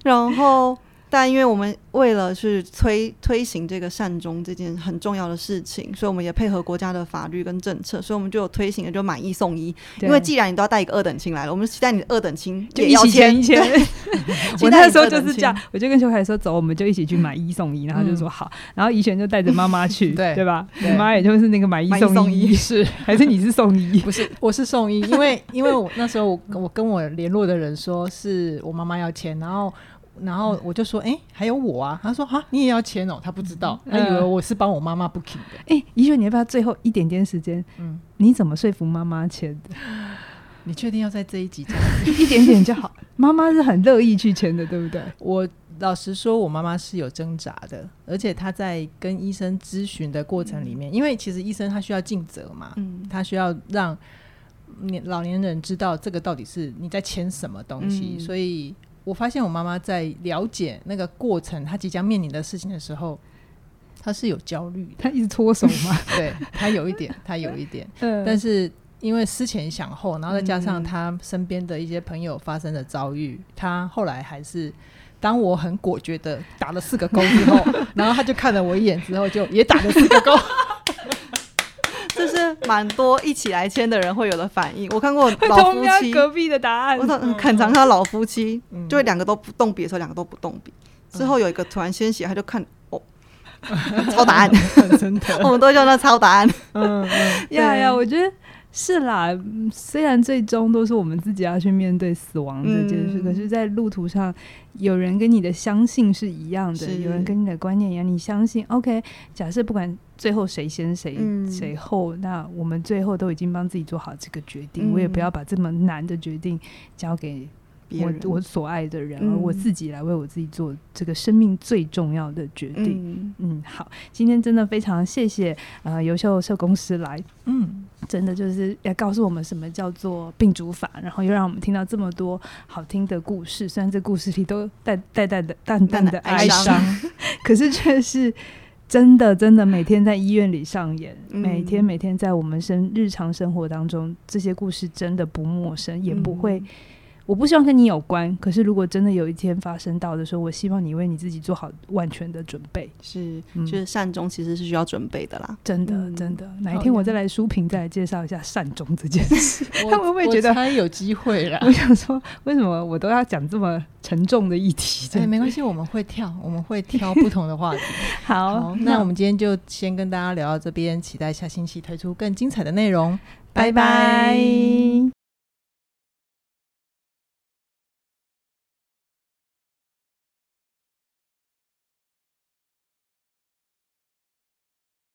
Speaker 3: 然后，但因为我们为了去推推行这个善终这件很重要的事情，所以我们也配合国家的法律跟政策，所以我们就有推行了就买一送一。因为
Speaker 2: 对
Speaker 3: 既然你都要带一个二等亲来了，我们期待你的二等亲
Speaker 2: 就
Speaker 3: 也
Speaker 2: 一
Speaker 3: 要
Speaker 2: 起签一签
Speaker 3: 对。
Speaker 2: 我
Speaker 3: 期待
Speaker 2: 那
Speaker 3: 你
Speaker 2: 时候
Speaker 3: 二
Speaker 2: 就
Speaker 3: 等
Speaker 2: 是这样
Speaker 3: 亲，
Speaker 2: 我就跟修凯说走，我们就一起去买一送一，然后就
Speaker 3: 嗯
Speaker 2: 说好，然后怡璇就带着妈妈 去，
Speaker 1: 对
Speaker 2: 对吧？你
Speaker 1: 对
Speaker 2: 妈也就是那个买一
Speaker 3: 买一
Speaker 2: 送
Speaker 3: 送 一
Speaker 2: 是还是你是送 一？
Speaker 1: 不是，我是送医，因为因为我那时候我我跟我联络的人说是我妈妈要签，然后然后我就说，哎、还有我啊，他说啊，你也要签哦，他不知道，他以为我是帮我妈妈 booking 的，
Speaker 2: 哎，怡璇，你要不要最后一点点时间？
Speaker 1: 嗯
Speaker 2: 你怎么说服妈妈签的？
Speaker 1: 你确定要在这一集讲？
Speaker 2: 一点点就好，妈妈是很乐意去签的，对不对？
Speaker 1: 我老实说，我妈妈是有挣扎的，而且她在跟医生咨询的过程里面，因为其实医生他需要尽责嘛，
Speaker 3: 嗯，
Speaker 1: 他需要让年老年人知道这个到底是你在签什么东西，
Speaker 3: 嗯
Speaker 1: 所以我发现我妈妈在了解那个过程，她即将面临的事情的时候，她是有焦虑 的，
Speaker 2: 她一直搓手 嘛，
Speaker 1: 对她有一点，她有一点，但
Speaker 2: 但
Speaker 1: 是因为思前想后，然后再加上
Speaker 3: 嗯
Speaker 1: 她身边的一些朋友发生的遭遇，她后来还是。当我很果决的打了四个勾之后，然后她就看了我一眼，之后就也打了四个勾。
Speaker 3: 这是蛮多一起来签的人会有的反应。我看过
Speaker 2: 会
Speaker 3: 老
Speaker 2: 偷
Speaker 3: 夫
Speaker 2: 瞄
Speaker 3: 妻，
Speaker 2: 隔哦壁的答案
Speaker 3: 我，很很常看到老夫妻，
Speaker 1: 嗯
Speaker 3: 就会两个都不动笔的时候，两个都不动笔。
Speaker 2: 嗯
Speaker 3: 之后有一个突然先写，他就看 哦，抄答案，
Speaker 1: 真的，
Speaker 3: 我们都叫那抄答案。
Speaker 1: 嗯嗯，
Speaker 2: 呀
Speaker 3: 对
Speaker 2: 呀，我觉得是啦。嗯虽然最终都是我们自己要去面对死亡这件事，
Speaker 3: 嗯
Speaker 2: 可是，在路途上，有人跟你的相信是一样的，
Speaker 3: 是
Speaker 2: 有人跟你的观念一样。你相信，OK？假设不管最后谁先谁、
Speaker 3: 嗯
Speaker 2: 谁后，那我们最后都已经帮自己做好这个决定。
Speaker 3: 嗯
Speaker 2: 我也不要把这么难的决定交给
Speaker 3: 别
Speaker 2: 我
Speaker 3: 人
Speaker 2: 我所爱的人，
Speaker 3: 嗯
Speaker 2: 而我自己来为我自己做这个生命最重要的决定。
Speaker 3: 嗯，
Speaker 2: 嗯，好，今天真的非常谢谢呃优秀社公司来
Speaker 1: 嗯，
Speaker 2: 真的就是要告诉我们什么叫做病主法，然后又让我们听到这么多好听的故事。虽然这故事里都带带带的淡淡的哀
Speaker 3: 淡淡
Speaker 2: 伤，可是却是真的真的每天在医院里上演，
Speaker 3: 嗯
Speaker 2: 每天每天在我们生日常生活当中，这些故事真的不陌生，也不会。
Speaker 3: 嗯
Speaker 2: 我不希望跟你有关，可是如果真的有一天发生到的时候，我希望你为你自己做好万全的准备。
Speaker 3: 是，
Speaker 2: 嗯
Speaker 3: 就是善终其实是需要准备的啦。
Speaker 2: 真的，
Speaker 3: 嗯
Speaker 2: 真的，哪一
Speaker 1: 好
Speaker 2: 天我
Speaker 1: 呀
Speaker 2: 再来书评，再来介绍一下善终这件事。
Speaker 1: 我
Speaker 2: 他们会不会觉得
Speaker 1: 我猜有机会啦？
Speaker 2: 我想说，为什么我都要讲这么沉重的议题？
Speaker 1: 对，
Speaker 2: 真的
Speaker 1: 没关系，我们会跳，我们会挑不同的话题。
Speaker 2: 好
Speaker 1: 好，，那我们今天就先跟大家聊到这边，期待下星期推出更精彩的内容。
Speaker 2: 拜拜